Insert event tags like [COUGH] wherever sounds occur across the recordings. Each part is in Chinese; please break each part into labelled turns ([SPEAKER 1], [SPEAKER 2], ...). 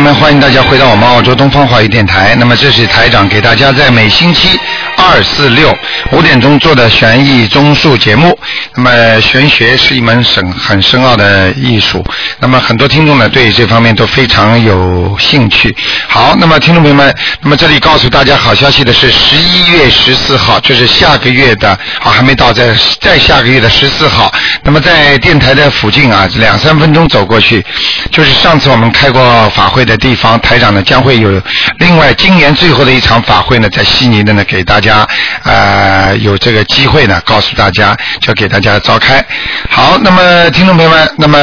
[SPEAKER 1] 们，欢迎大家回到我们澳洲东方华语电台。那么这是台长给大家在每星期二、四、六五点钟做的悬疑综述节目。那么玄学是一门深很深奥的艺术，那么很多听众呢对这方面都非常有兴趣。好，那么听众朋友们，那么这里告诉大家好消息的是，十一月十四号，就是下个月的啊还没到，在在下个月的十四号。那么在电台的附近啊，两三分钟走过去，就是上次我们开过法会的地方，台长呢将会有另外今年最后的一场法会呢，在悉尼的呢给大家呃有这个机会呢告诉大家，就给大家召开。好，那么听众朋友们，那么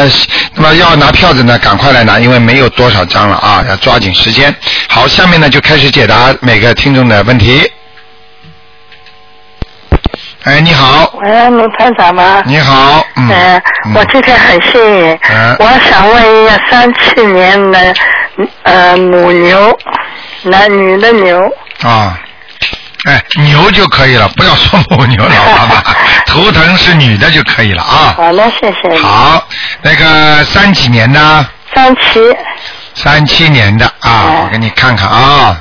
[SPEAKER 1] 那么要拿票子呢，赶快来拿，因为没有多少张了啊，要抓紧时间。好，下面呢就开始解答每个听众的问题。哎，你好，
[SPEAKER 2] 喂，卢团长吗？
[SPEAKER 1] 你好，嗯，
[SPEAKER 2] 呃
[SPEAKER 1] 嗯，
[SPEAKER 2] 我今天很幸运，
[SPEAKER 1] 嗯
[SPEAKER 2] 哎我想问一下，三七年的呃母牛，男呃女的牛，
[SPEAKER 1] 啊，哎，牛就可以了，不要说母牛，老妈妈，头疼是女的就可以了啊。
[SPEAKER 2] 好的，谢谢你。
[SPEAKER 1] 好，那个三几年的，
[SPEAKER 2] 三七，
[SPEAKER 1] 三七年的啊，
[SPEAKER 2] 嗯
[SPEAKER 1] 我给你看看啊。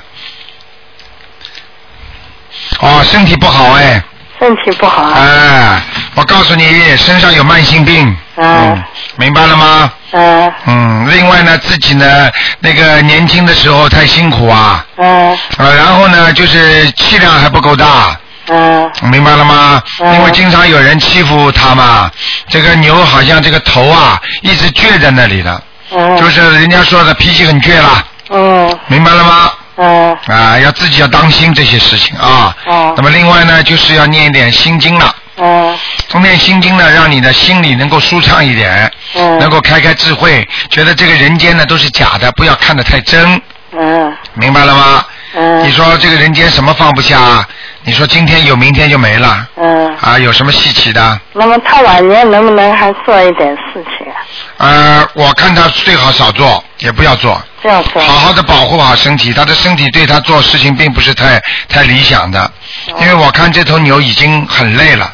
[SPEAKER 1] 哦，身体不好哎，
[SPEAKER 2] 身体不好，啊，
[SPEAKER 1] 哎，我告诉你，身上有慢性病，
[SPEAKER 2] 嗯
[SPEAKER 1] 嗯，明白了吗？
[SPEAKER 2] 嗯
[SPEAKER 1] 嗯，另外呢，自己呢，那个年轻的时候太辛苦啊，
[SPEAKER 2] 嗯
[SPEAKER 1] 呃，然后呢，就是气量还不够大，
[SPEAKER 2] 嗯
[SPEAKER 1] 明白了吗？
[SPEAKER 2] 嗯
[SPEAKER 1] 因为经常有人欺负他嘛，这个牛好像这个头啊一直倔在那里了，
[SPEAKER 2] 嗯，
[SPEAKER 1] 就是人家说的脾气很倔了，
[SPEAKER 2] 嗯
[SPEAKER 1] 明白了吗？
[SPEAKER 2] 嗯
[SPEAKER 1] 啊，要自己要当心这些事情啊。
[SPEAKER 2] 嗯
[SPEAKER 1] 那么另外呢，就是要念一点心经了。
[SPEAKER 2] 嗯
[SPEAKER 1] 念心经呢，让你的心里能够舒畅一点，
[SPEAKER 2] 嗯，
[SPEAKER 1] 能够开开智慧，觉得这个人间呢都是假的，不要看得太真，
[SPEAKER 2] 嗯
[SPEAKER 1] 明白了吗？
[SPEAKER 2] 嗯
[SPEAKER 1] 你说这个人间什么放不下？啊你说今天有，明天就没了
[SPEAKER 2] 嗯，
[SPEAKER 1] 啊？有什么稀奇的？
[SPEAKER 2] 那么他晚年能不能还做一点事情啊？
[SPEAKER 1] 呃，我看他最好少做，也不要做，
[SPEAKER 2] 这样说，
[SPEAKER 1] 好好的保护好身体。他的身体对他做事情并不是太太理想的，因
[SPEAKER 2] 哦
[SPEAKER 1] 为我看这头牛已经很累了，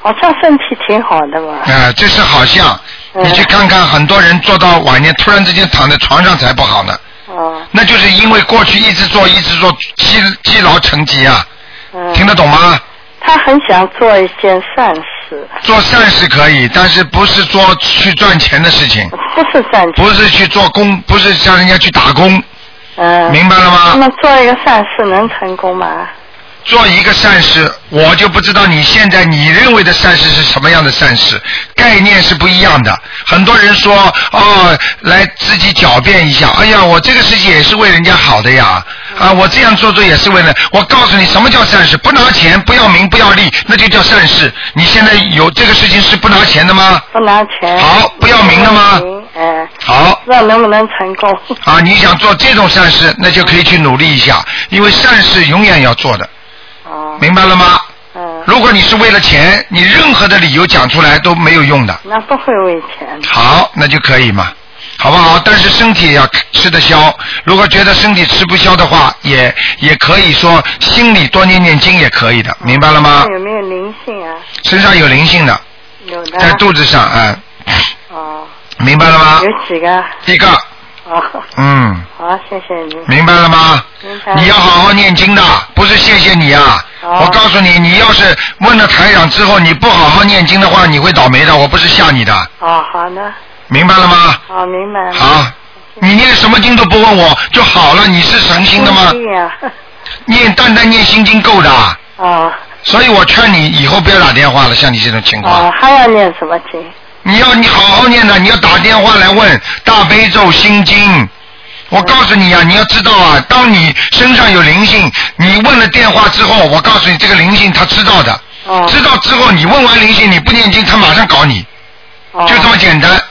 [SPEAKER 2] 好像身体挺好的嘛，
[SPEAKER 1] 呃，这是好像。
[SPEAKER 2] 嗯
[SPEAKER 1] 你去看看，很多人做到晚年，突然之间躺在床上才不好呢，
[SPEAKER 2] 嗯
[SPEAKER 1] 那就是因为过去一直做，一直做，积积劳成疾啊，
[SPEAKER 2] 嗯，
[SPEAKER 1] 听得懂吗？
[SPEAKER 2] 他很想做一件善事，
[SPEAKER 1] 做善事可以，但是不是做去赚钱的事情，
[SPEAKER 2] 不是善事，
[SPEAKER 1] 不是去做工，不是让人家去打工，
[SPEAKER 2] 嗯，
[SPEAKER 1] 明白了吗？
[SPEAKER 2] 那么做一个善事能成功吗？
[SPEAKER 1] 做一个善事，我就不知道你现在你认为的善事是什么样的善事，概念是不一样的。很多人说哦，来自己狡辩一下，哎呀，我这个事情也是为人家好的呀，啊，我这样做做也是为了。我告诉你，什么叫善事？不拿钱，不要名，不要利，那就叫善事。你现在有这个事情是不拿钱的吗？
[SPEAKER 2] 不拿钱，
[SPEAKER 1] 好不要名了吗
[SPEAKER 2] 不要名？嗯，
[SPEAKER 1] 好，
[SPEAKER 2] 不知道能不能成功？
[SPEAKER 1] 啊，你想做这种善事，那就可以去努力一下，因为善事永远要做的，
[SPEAKER 2] 哦，
[SPEAKER 1] 明白了吗？
[SPEAKER 2] 嗯，
[SPEAKER 1] 如果你是为了钱，你任何的理由讲出来都没有用的。
[SPEAKER 2] 那不会为钱的，
[SPEAKER 1] 好，那就可以嘛，好不好？但是身体也要吃得消。如果觉得身体吃不消的话，也也可以说心里多念念经也可以的，明白了吗
[SPEAKER 2] 那？有没有灵性啊？
[SPEAKER 1] 身上有灵性的，
[SPEAKER 2] 有的。
[SPEAKER 1] 在肚子上，嗯，
[SPEAKER 2] 哦，
[SPEAKER 1] 明白了吗？
[SPEAKER 2] 有几个？
[SPEAKER 1] 一个，
[SPEAKER 2] 哦，
[SPEAKER 1] 嗯，
[SPEAKER 2] 好，谢谢你，
[SPEAKER 1] 明白了吗？
[SPEAKER 2] 明白。
[SPEAKER 1] 你要好好念经的，不是谢谢你啊！
[SPEAKER 2] 哦
[SPEAKER 1] 我告诉你，你要是问了台长之后，你不好好念经的话，你会倒霉的。我不是吓你的，
[SPEAKER 2] 哦，好的，
[SPEAKER 1] 明白了吗？
[SPEAKER 2] 哦，明白了。
[SPEAKER 1] 好，啊你念什么经都不问我就好了，你是神
[SPEAKER 2] 听
[SPEAKER 1] 心的吗？
[SPEAKER 2] 呀，
[SPEAKER 1] 念单单念心经够的，
[SPEAKER 2] 啊
[SPEAKER 1] 啊
[SPEAKER 2] [LAUGHS] 哦，
[SPEAKER 1] 所以我劝你以后不要打电话了，像你这种情况，
[SPEAKER 2] 哦，还要念什么经？
[SPEAKER 1] 你要你好好念的，你要打电话来问大悲咒心经。我告诉你啊，你要知道啊，当你身上有灵性，你问了电话之后，我告诉你这个灵性他知道的，
[SPEAKER 2] 哦，
[SPEAKER 1] 知道之后你问完灵性你不念经，他马上搞你，
[SPEAKER 2] 哦
[SPEAKER 1] 就这么简单，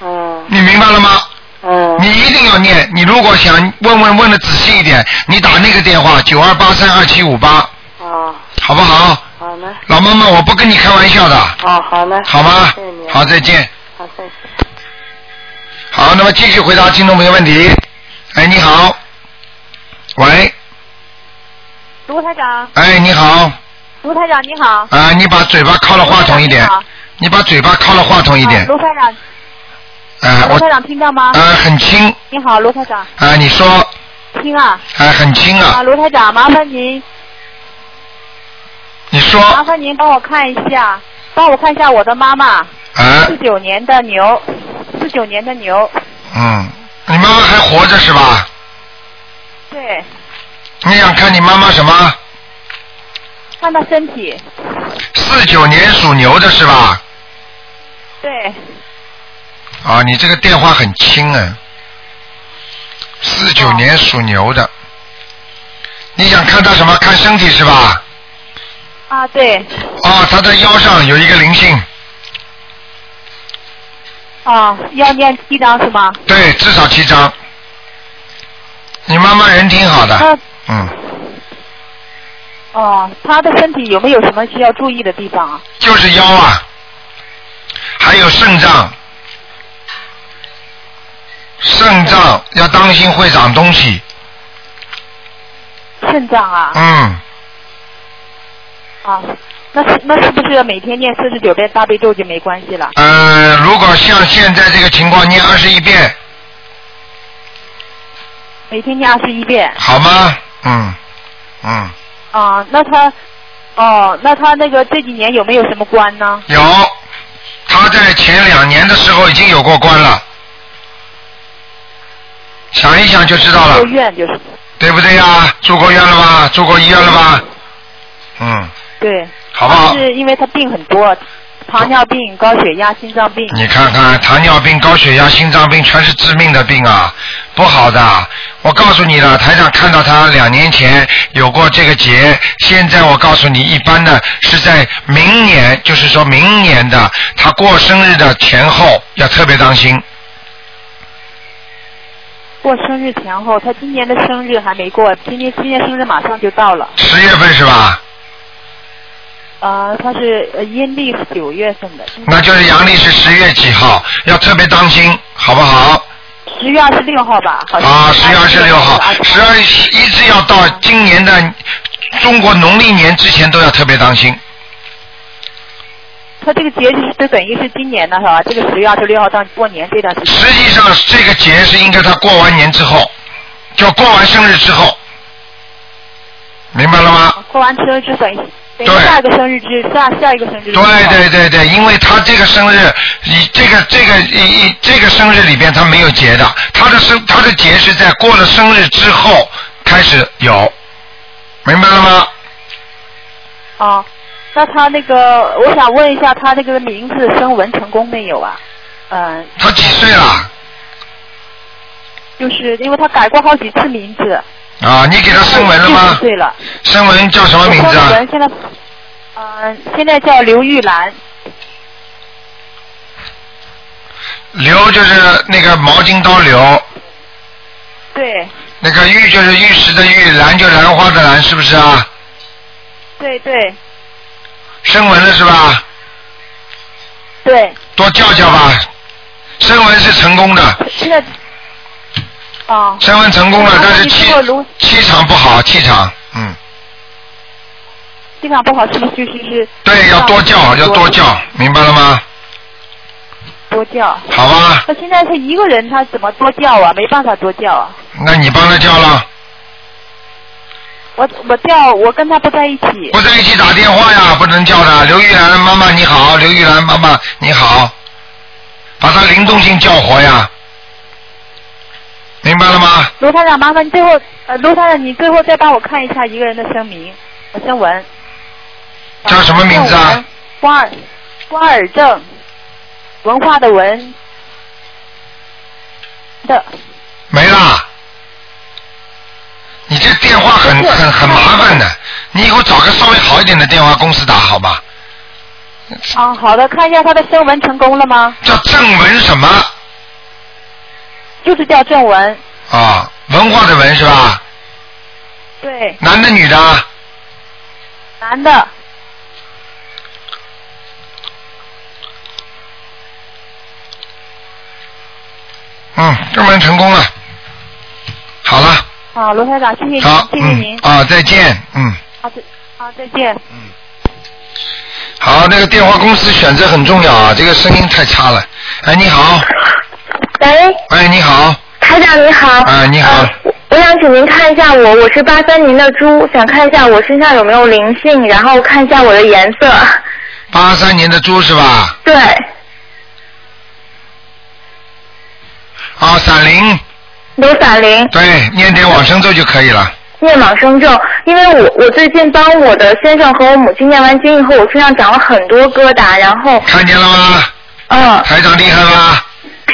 [SPEAKER 2] 嗯
[SPEAKER 1] 你明白了吗？
[SPEAKER 2] 嗯
[SPEAKER 1] 你一定要念。你如果想问问问的仔细一点，你打那个电话九二八三二七五八，
[SPEAKER 2] 哦，
[SPEAKER 1] 好不好？
[SPEAKER 2] 好的，
[SPEAKER 1] 老妈妈，我不跟你开玩笑的，
[SPEAKER 2] 哦，好的，
[SPEAKER 1] 好吗
[SPEAKER 2] 谢谢你？啊，
[SPEAKER 1] 好，再见。
[SPEAKER 2] 好，再见。
[SPEAKER 1] 好，那么继续回答听众朋友问题。哎，你好。喂，
[SPEAKER 3] 卢台长，
[SPEAKER 1] 哎，你好。
[SPEAKER 3] 卢台长你好。
[SPEAKER 1] 啊，你把嘴巴靠了话筒一点
[SPEAKER 3] 哎卢台长你好，
[SPEAKER 1] 你把嘴巴靠了话筒一点
[SPEAKER 3] 啊。卢台长，
[SPEAKER 1] 啊，
[SPEAKER 3] 卢台
[SPEAKER 1] 我
[SPEAKER 3] 长听到吗？
[SPEAKER 1] 啊很轻
[SPEAKER 3] 你好，卢台长，
[SPEAKER 1] 啊，你说
[SPEAKER 3] 听啊
[SPEAKER 1] 啊很轻
[SPEAKER 3] 啊，
[SPEAKER 1] 啊，哦
[SPEAKER 3] 卢台长，麻烦您
[SPEAKER 1] 你说
[SPEAKER 3] 麻烦您帮我看一下，帮我看一下我的妈妈，
[SPEAKER 1] 啊
[SPEAKER 3] 四九年的牛，四九年的牛，
[SPEAKER 1] 嗯，你妈妈还活着是吧？
[SPEAKER 3] 对，
[SPEAKER 1] 你想看你妈妈什么？
[SPEAKER 3] 看她身体，
[SPEAKER 1] 四九年属牛的是吧？
[SPEAKER 3] 对，
[SPEAKER 1] 啊，你这个电话很轻啊。四九年属牛的，你想看她什么？看身体是吧？
[SPEAKER 3] 啊对，
[SPEAKER 1] 哦，她的腰上有一个灵性，
[SPEAKER 3] 啊，要念七张是吗？
[SPEAKER 1] 对，至少七张。你妈妈人挺好的，
[SPEAKER 3] 她
[SPEAKER 1] 嗯，
[SPEAKER 3] 哦，她的身体有没有什么需要注意的地方啊？
[SPEAKER 1] 就是腰啊，还有肾脏，肾脏要当心会长东西，
[SPEAKER 3] 肾脏啊，
[SPEAKER 1] 嗯，
[SPEAKER 3] 啊，那是那是不是每天念四十九遍大悲咒就没关系了？
[SPEAKER 1] 呃，如果像现在这个情况，念二十一遍
[SPEAKER 3] 每天念二十一遍。
[SPEAKER 1] 好吗？嗯，嗯，
[SPEAKER 3] 啊，那他，哦，那他那个这几年有没有什么关呢？
[SPEAKER 1] 有，他在前两年的时候已经有过关了，想一想就知道了
[SPEAKER 3] 住，院就是，
[SPEAKER 1] 对不对呀、住过院了吧？住过医院了吧？嗯，
[SPEAKER 3] 对，
[SPEAKER 1] 好不好
[SPEAKER 3] 就？是因为他病很多，糖尿病、高血压、心脏病。
[SPEAKER 1] [LAUGHS] 你看看，糖尿病、高血压、心脏病全是致命的病啊，不好的。我告诉你了，台长看到他两年前有过这个结，现在我告诉你，一般的是在明年，就是说明年的他过生日的前后要特别当心。
[SPEAKER 3] 过生日前后，他今年的生日还没过，今年今年生日马上就到了。
[SPEAKER 1] 十月份是吧？
[SPEAKER 3] 呃，他是呃阴历是九月份的，
[SPEAKER 1] 那就是阳历是十月几号，要特别当心，好不好？
[SPEAKER 3] 十月二十六号吧，好像
[SPEAKER 1] 啊，
[SPEAKER 3] 是
[SPEAKER 1] 十月二十六号，十二一直要到今年的中国农历年之前都要特别当心。
[SPEAKER 3] 他这个节日就等于是今年的是吧？这个十月二十六号到过年这段时间。
[SPEAKER 1] 实际上，这个节是应该他过完年之后，就过完生日之后，明白了吗？
[SPEAKER 3] 过完生日之后等于等
[SPEAKER 1] 对
[SPEAKER 3] 于下一个生日之下下一个生日之后
[SPEAKER 1] 对对对对，因为他这个生日，你这个这个一一这个生日里边他没有节的，他的生他的节是在过了生日之后开始有，明白了吗？
[SPEAKER 3] 啊，那他那个，我想问一下，他那个名字声纹成功没有啊？嗯、
[SPEAKER 1] 他几岁了？
[SPEAKER 3] 就是因为他改过好几次名字。
[SPEAKER 1] 啊，你给他升文了吗？
[SPEAKER 3] 对了。
[SPEAKER 1] 升文叫什么名字
[SPEAKER 3] 我
[SPEAKER 1] 啊
[SPEAKER 3] 声？纹现在，嗯、现在叫刘玉兰。
[SPEAKER 1] 刘就是那个毛巾刀刘，
[SPEAKER 3] 对，
[SPEAKER 1] 那个玉就是玉石的玉，兰就兰花的兰，是不是啊？
[SPEAKER 3] 对对
[SPEAKER 1] 声纹了是吧？
[SPEAKER 3] 对，
[SPEAKER 1] 多叫叫吧。声纹是成功的，
[SPEAKER 3] 现在。啊。
[SPEAKER 1] 声纹成功了，但是气
[SPEAKER 3] 那如果如
[SPEAKER 1] 气场不好，气场，嗯，
[SPEAKER 3] 气场不好，是不是就是是？
[SPEAKER 1] 对，要多叫，要多叫，明白了吗？
[SPEAKER 3] 多叫。
[SPEAKER 1] 好吧，
[SPEAKER 3] 那现在他一个人，他怎么多叫啊？没办法多叫啊。
[SPEAKER 1] 那你帮他叫了，
[SPEAKER 3] 我我叫我跟他不在一起。
[SPEAKER 1] 不在一起打电话呀，不能叫的。刘玉兰妈妈你好，刘玉兰妈妈你好，把他灵动性叫活呀，明白了吗？
[SPEAKER 3] 卢台长，麻烦你最后，呃，卢台长，你最后再帮我看一下一个人的声明，我声纹。
[SPEAKER 1] 叫什么名字啊
[SPEAKER 3] 声纹？关尔，关尔正，文化的文的，
[SPEAKER 1] 没啦。你这电话很
[SPEAKER 3] 不是
[SPEAKER 1] 很很麻烦的，你以后找个稍微好一点的电话公司打好吧。
[SPEAKER 3] 啊，好的，看一下他的声纹成功了吗？
[SPEAKER 1] 叫正文什么
[SPEAKER 3] 就是叫正文，
[SPEAKER 1] 啊？文化的文是吧？
[SPEAKER 3] 对，
[SPEAKER 1] 男的女的啊？
[SPEAKER 3] 男的，
[SPEAKER 1] 嗯，正文成功了。好了，
[SPEAKER 3] 啊，卢台长，谢谢您，
[SPEAKER 1] 好，
[SPEAKER 3] 谢谢
[SPEAKER 1] 嗯
[SPEAKER 3] 您，，
[SPEAKER 1] 啊，再见，嗯，
[SPEAKER 3] 好，再，好，再见。
[SPEAKER 1] 好，那个电话公司选择很重要啊，这个声音太差了。哎，你好，
[SPEAKER 4] 喂，
[SPEAKER 1] 哎，你好，
[SPEAKER 4] 台长您好。
[SPEAKER 1] 啊你好
[SPEAKER 4] 呃我我想请您看一下我，我是八三年的猪，想看一下我身上有没有灵性，然后看一下我的颜色。
[SPEAKER 1] 八三年的猪是吧？
[SPEAKER 4] 对，
[SPEAKER 1] 啊，闪灵，
[SPEAKER 4] 刘散灵，
[SPEAKER 1] 对，念点往生咒就可以了。
[SPEAKER 4] 念往生咒。因为我我最近帮我的先生和我母亲念完经以后，我身上长了很多疙瘩，然后
[SPEAKER 1] 看见了吗？
[SPEAKER 4] 嗯，
[SPEAKER 1] 台长厉害吧？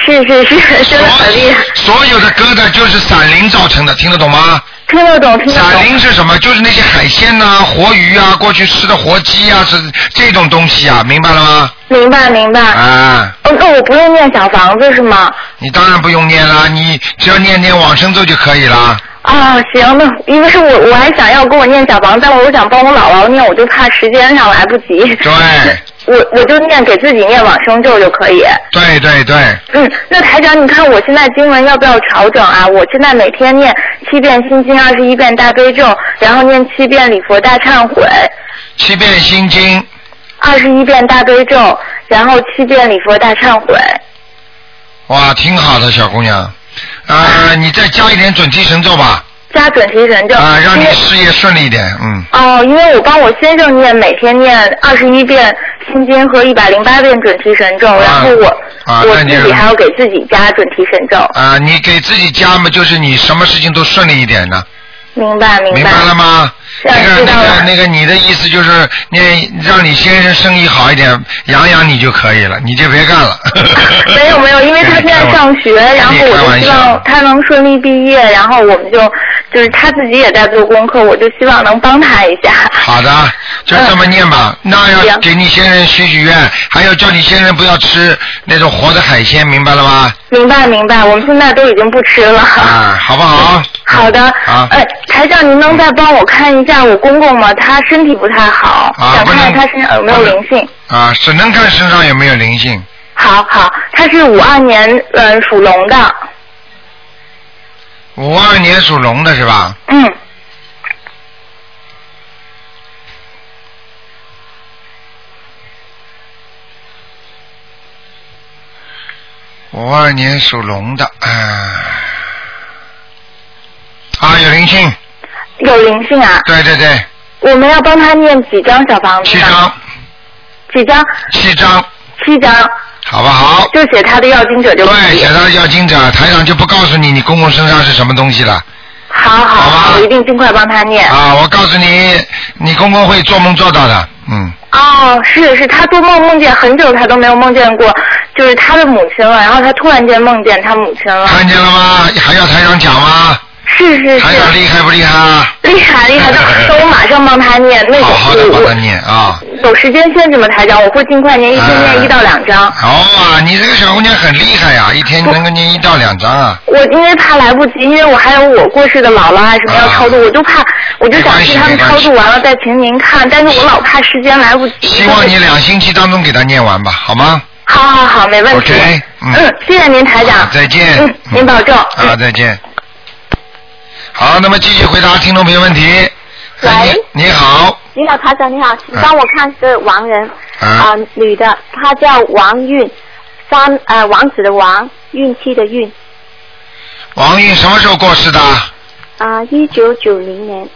[SPEAKER 4] 是是是， [LAUGHS] 真的很厉害，
[SPEAKER 1] 所有的疙瘩就是闪灵造成的，听得懂吗？
[SPEAKER 4] 听得懂听得
[SPEAKER 1] 闪
[SPEAKER 4] 懂。
[SPEAKER 1] 灵是什么？就是那些海鲜呐、活鱼啊，过去吃的活鸡啊，是这种东西啊，明白了吗？
[SPEAKER 4] 明白明白。
[SPEAKER 1] 啊，
[SPEAKER 4] 哦，那我不用念小房子是吗？
[SPEAKER 1] 你当然不用念啦，你只要念念往生咒就可以啦。
[SPEAKER 4] 啊，行，那因为是我我还想要跟我念小房子，但我想帮我姥姥念，我就怕时间上来不及。
[SPEAKER 1] 对，
[SPEAKER 4] [LAUGHS] 我我就念给自己念往生咒就可以。
[SPEAKER 1] 对对对，
[SPEAKER 4] 嗯，那台长，你看我现在经文要不要调整啊？我现在每天念七遍心经，二十一遍大悲咒，然后念七遍礼佛大忏悔，
[SPEAKER 1] 七遍心经，
[SPEAKER 4] 二十一遍大悲咒，然后七遍礼佛大忏悔。
[SPEAKER 1] 哇，挺好的小姑娘。啊，你再加一点准提神咒吧，
[SPEAKER 4] 加准提神咒，
[SPEAKER 1] 啊，让
[SPEAKER 4] 因
[SPEAKER 1] 你
[SPEAKER 4] 为
[SPEAKER 1] 事业顺利一点，嗯，
[SPEAKER 4] 哦，因为我帮我先生念，每天念二十一遍心经和一百零八遍准提神咒，然后我、
[SPEAKER 1] 啊
[SPEAKER 4] 我
[SPEAKER 1] 那你
[SPEAKER 4] 自己还要给自己加准提神咒，
[SPEAKER 1] 啊，你给自己加嘛，就是你什么事情都顺利一点呢，
[SPEAKER 4] 明白明白。
[SPEAKER 1] 明白了吗？
[SPEAKER 4] 嗯
[SPEAKER 1] 那个
[SPEAKER 4] 知
[SPEAKER 1] 那
[SPEAKER 4] 道
[SPEAKER 1] 个
[SPEAKER 4] 了
[SPEAKER 1] 那个，你的意思就是你让你先生生意好一点，养养你就可以了，你就别干了。
[SPEAKER 4] [LAUGHS] 没有没有，因为他现在上
[SPEAKER 1] [LAUGHS]
[SPEAKER 4] 学，然后我就希望他能顺利毕业，然后我们就就是他自己也在做功课，我就希望能帮他一下。
[SPEAKER 1] 好的，就这么念吧。那要
[SPEAKER 4] 嗯行
[SPEAKER 1] 给你先生许许愿，还要叫你先生不要吃那种活的海鲜，明白了吗？
[SPEAKER 4] 明白明白，我们现在都已经不吃了。
[SPEAKER 1] 啊，好不好？
[SPEAKER 4] 嗯好的，
[SPEAKER 1] 啊
[SPEAKER 4] 哎，台长，您能再帮我看一下我公公吗？他身体不太好，
[SPEAKER 1] 啊
[SPEAKER 4] 想
[SPEAKER 1] 不能
[SPEAKER 4] 看看他身上有没有灵性。
[SPEAKER 1] 啊，只能看身上有没有灵性。
[SPEAKER 4] 好好，他是五二年，嗯，属龙的，
[SPEAKER 1] 五二年属龙的是吧？
[SPEAKER 4] 嗯，
[SPEAKER 1] 五二年属龙的，啊，啊，有灵性，
[SPEAKER 4] 有灵性啊。
[SPEAKER 1] 对对对，
[SPEAKER 4] 我们要帮他念几张小房子
[SPEAKER 1] 七
[SPEAKER 4] 呢？
[SPEAKER 1] 张，
[SPEAKER 4] 几张？
[SPEAKER 1] 七张，
[SPEAKER 4] 七张，
[SPEAKER 1] 好不好？
[SPEAKER 4] 就写他的要经者就可
[SPEAKER 1] 对，
[SPEAKER 4] 以
[SPEAKER 1] 写。到要经者，台长就不告诉你你公公身上是什么东西了。
[SPEAKER 4] 好
[SPEAKER 1] 好
[SPEAKER 4] 好
[SPEAKER 1] 吧
[SPEAKER 4] 好，我一定尽快帮他念。
[SPEAKER 1] 啊，我告诉你，你公公会做梦做到的，嗯，
[SPEAKER 4] 哦，是是，他做梦梦见很久他都没有梦见过，就是他的母亲了，然后他突然间梦见他母亲了。
[SPEAKER 1] 看见了吗？还要台长讲吗？
[SPEAKER 4] 是是
[SPEAKER 1] 台长
[SPEAKER 4] 是，
[SPEAKER 1] 厉害不厉害啊？
[SPEAKER 4] 厉害厉害，哎那那我马上帮他念。那个
[SPEAKER 1] 好好的
[SPEAKER 4] 我
[SPEAKER 1] 帮他
[SPEAKER 4] 我
[SPEAKER 1] 念啊。
[SPEAKER 4] 有时间限制吗，台长？我会尽快念，一天念一到两张。
[SPEAKER 1] 哦啊，你这个小姑娘很厉害呀、一天能够念一到两张啊。
[SPEAKER 4] 我因为怕来不及，因为我还有我过世的姥姥啊什么要超度，
[SPEAKER 1] 啊
[SPEAKER 4] 我就怕，我就想替他们超度完了再请您看，但是我老怕时间来不及。
[SPEAKER 1] 希望你两星期当中给他念完吧，好吗？
[SPEAKER 4] 好好好，没问题。
[SPEAKER 1] OK，嗯
[SPEAKER 4] 嗯，谢谢您，台
[SPEAKER 1] 啊
[SPEAKER 4] 长。
[SPEAKER 1] 再见。
[SPEAKER 4] 嗯，您保重。
[SPEAKER 1] 啊，再见。好，那么继续回答听众朋友问题。哎
[SPEAKER 5] 喂
[SPEAKER 1] 你你好，
[SPEAKER 5] 你好，台长，你好，请帮我看一个亡人啊、
[SPEAKER 1] 啊，
[SPEAKER 5] 女的，她叫王韵，三呃王子的王，孕期的孕
[SPEAKER 1] 王韵什么时候过世的？
[SPEAKER 5] 啊，一九九零年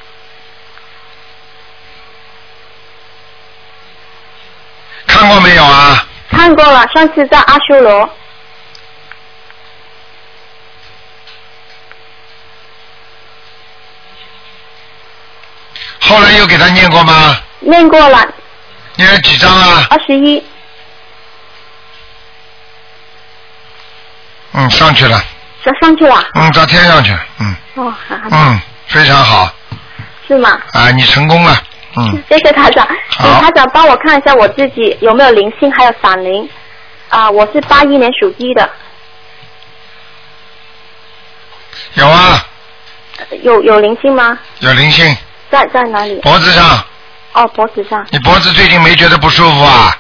[SPEAKER 1] 看过没有啊？
[SPEAKER 5] 看过了，上次在阿修罗
[SPEAKER 1] 后来又给他念过吗？
[SPEAKER 5] 念过了
[SPEAKER 1] 念了几张啊？
[SPEAKER 5] 二十一，
[SPEAKER 1] 嗯，上去了，
[SPEAKER 5] 上上去了
[SPEAKER 1] 嗯，到天上去了，嗯
[SPEAKER 5] 哦，好好
[SPEAKER 1] 嗯，非常好
[SPEAKER 5] 是吗？
[SPEAKER 1] 啊，你成功了，嗯，
[SPEAKER 5] 谢谢台长，
[SPEAKER 1] 好
[SPEAKER 5] 请台长帮我看一下我自己有没有灵性，还有散灵啊，我是八一年属鸡的，
[SPEAKER 1] 有啊，
[SPEAKER 5] 有有灵性吗？
[SPEAKER 1] 有灵性，
[SPEAKER 5] 在在哪里？
[SPEAKER 1] 脖子上，
[SPEAKER 5] 哦，脖子上，
[SPEAKER 1] 你脖子最近没觉得不舒服啊？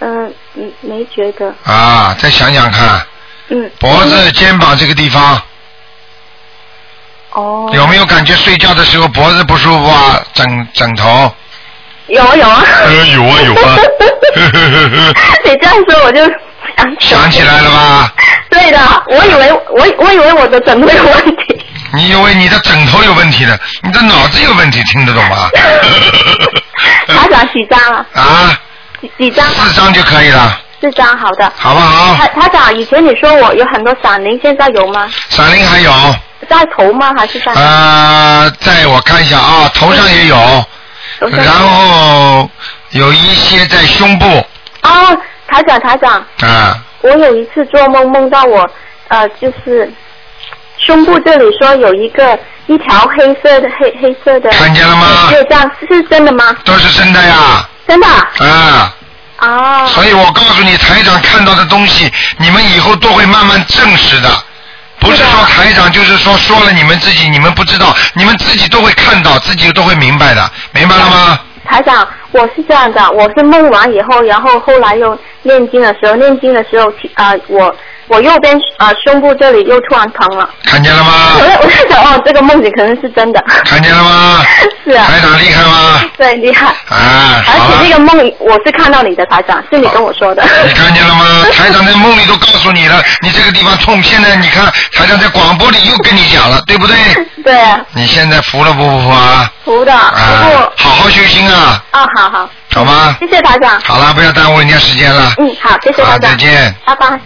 [SPEAKER 5] 嗯、嗯，没觉得，
[SPEAKER 1] 啊，再想想看，
[SPEAKER 5] 嗯，
[SPEAKER 1] 脖子、肩膀这个地方
[SPEAKER 5] 哦，
[SPEAKER 1] 有没有感觉睡觉的时候脖子不舒服啊？枕枕头？
[SPEAKER 5] 有有啊。
[SPEAKER 1] 有啊 [LAUGHS] 有啊
[SPEAKER 5] [LAUGHS] 你这样说我就
[SPEAKER 1] 想起来了吧？
[SPEAKER 4] 对的，我以为我我以为我的枕头有问题。
[SPEAKER 1] [LAUGHS] 你以为你的枕头有问题的，你的脑子有问题，听得懂吗？
[SPEAKER 4] [LAUGHS] 他想几张啊？
[SPEAKER 1] 啊，
[SPEAKER 4] 几几张啊？
[SPEAKER 1] 四张就可以了，
[SPEAKER 4] 四张，好的。
[SPEAKER 1] 好不好
[SPEAKER 4] 他？他讲以前你说我有很多散灵，现在有吗？
[SPEAKER 1] 闪灵还有，
[SPEAKER 4] 在头吗？还是在？
[SPEAKER 1] 呃，在我看一下啊，头上也有，
[SPEAKER 4] 头上
[SPEAKER 1] 然后有一些在胸部
[SPEAKER 4] 哦，台长台长，
[SPEAKER 1] 啊，
[SPEAKER 4] 我有一次做梦梦到我呃就是胸部这里说有一个一条黑色的黑黑色的
[SPEAKER 1] 看见了吗？
[SPEAKER 4] 血这样是是真的吗？
[SPEAKER 1] 都是真的呀，
[SPEAKER 4] 真的啊
[SPEAKER 1] 啊。
[SPEAKER 4] 哦
[SPEAKER 1] 所以我告诉你，台长看到的东西，你们以后都会慢慢证实的。不是说台长，就是说说了你们自己，你们不知道，你们自己都会看到，自己都会明白的，明白了吗？
[SPEAKER 4] 台长，我是这样的，我是梦完以后，然后后来又念经的时候，念经的时候，啊、呃，我我右边啊、呃、胸部这里又突然疼了，
[SPEAKER 1] 看见了
[SPEAKER 4] 我
[SPEAKER 1] 吗？
[SPEAKER 4] 在我在想，哦，这个梦境可能是真的，
[SPEAKER 1] 看见了吗？
[SPEAKER 4] [LAUGHS] 是啊，
[SPEAKER 1] 台长厉害吗？
[SPEAKER 4] 对，厉害，
[SPEAKER 1] 啊，
[SPEAKER 4] 而
[SPEAKER 1] 好了
[SPEAKER 4] 且这，个梦我是看到你的台长，是你跟我说的，
[SPEAKER 1] 你看见了
[SPEAKER 4] [LAUGHS]
[SPEAKER 1] 吗？台长在梦里都告诉你了，你这个地方痛。现在你看，台长在广播里又跟你讲了，对不对？
[SPEAKER 4] [LAUGHS] 对，啊
[SPEAKER 1] 你现在服了不不服啊？
[SPEAKER 4] 服的，不
[SPEAKER 1] 啊
[SPEAKER 4] 过，，
[SPEAKER 1] 好好修心啊，
[SPEAKER 4] 啊，好好，
[SPEAKER 1] 好吗？
[SPEAKER 4] 谢谢台长，
[SPEAKER 1] 好了，不要耽误人家时间了。
[SPEAKER 4] 嗯，好，谢谢
[SPEAKER 1] 好，
[SPEAKER 4] 台
[SPEAKER 1] 再
[SPEAKER 4] 长，
[SPEAKER 1] 见。
[SPEAKER 4] 拜拜，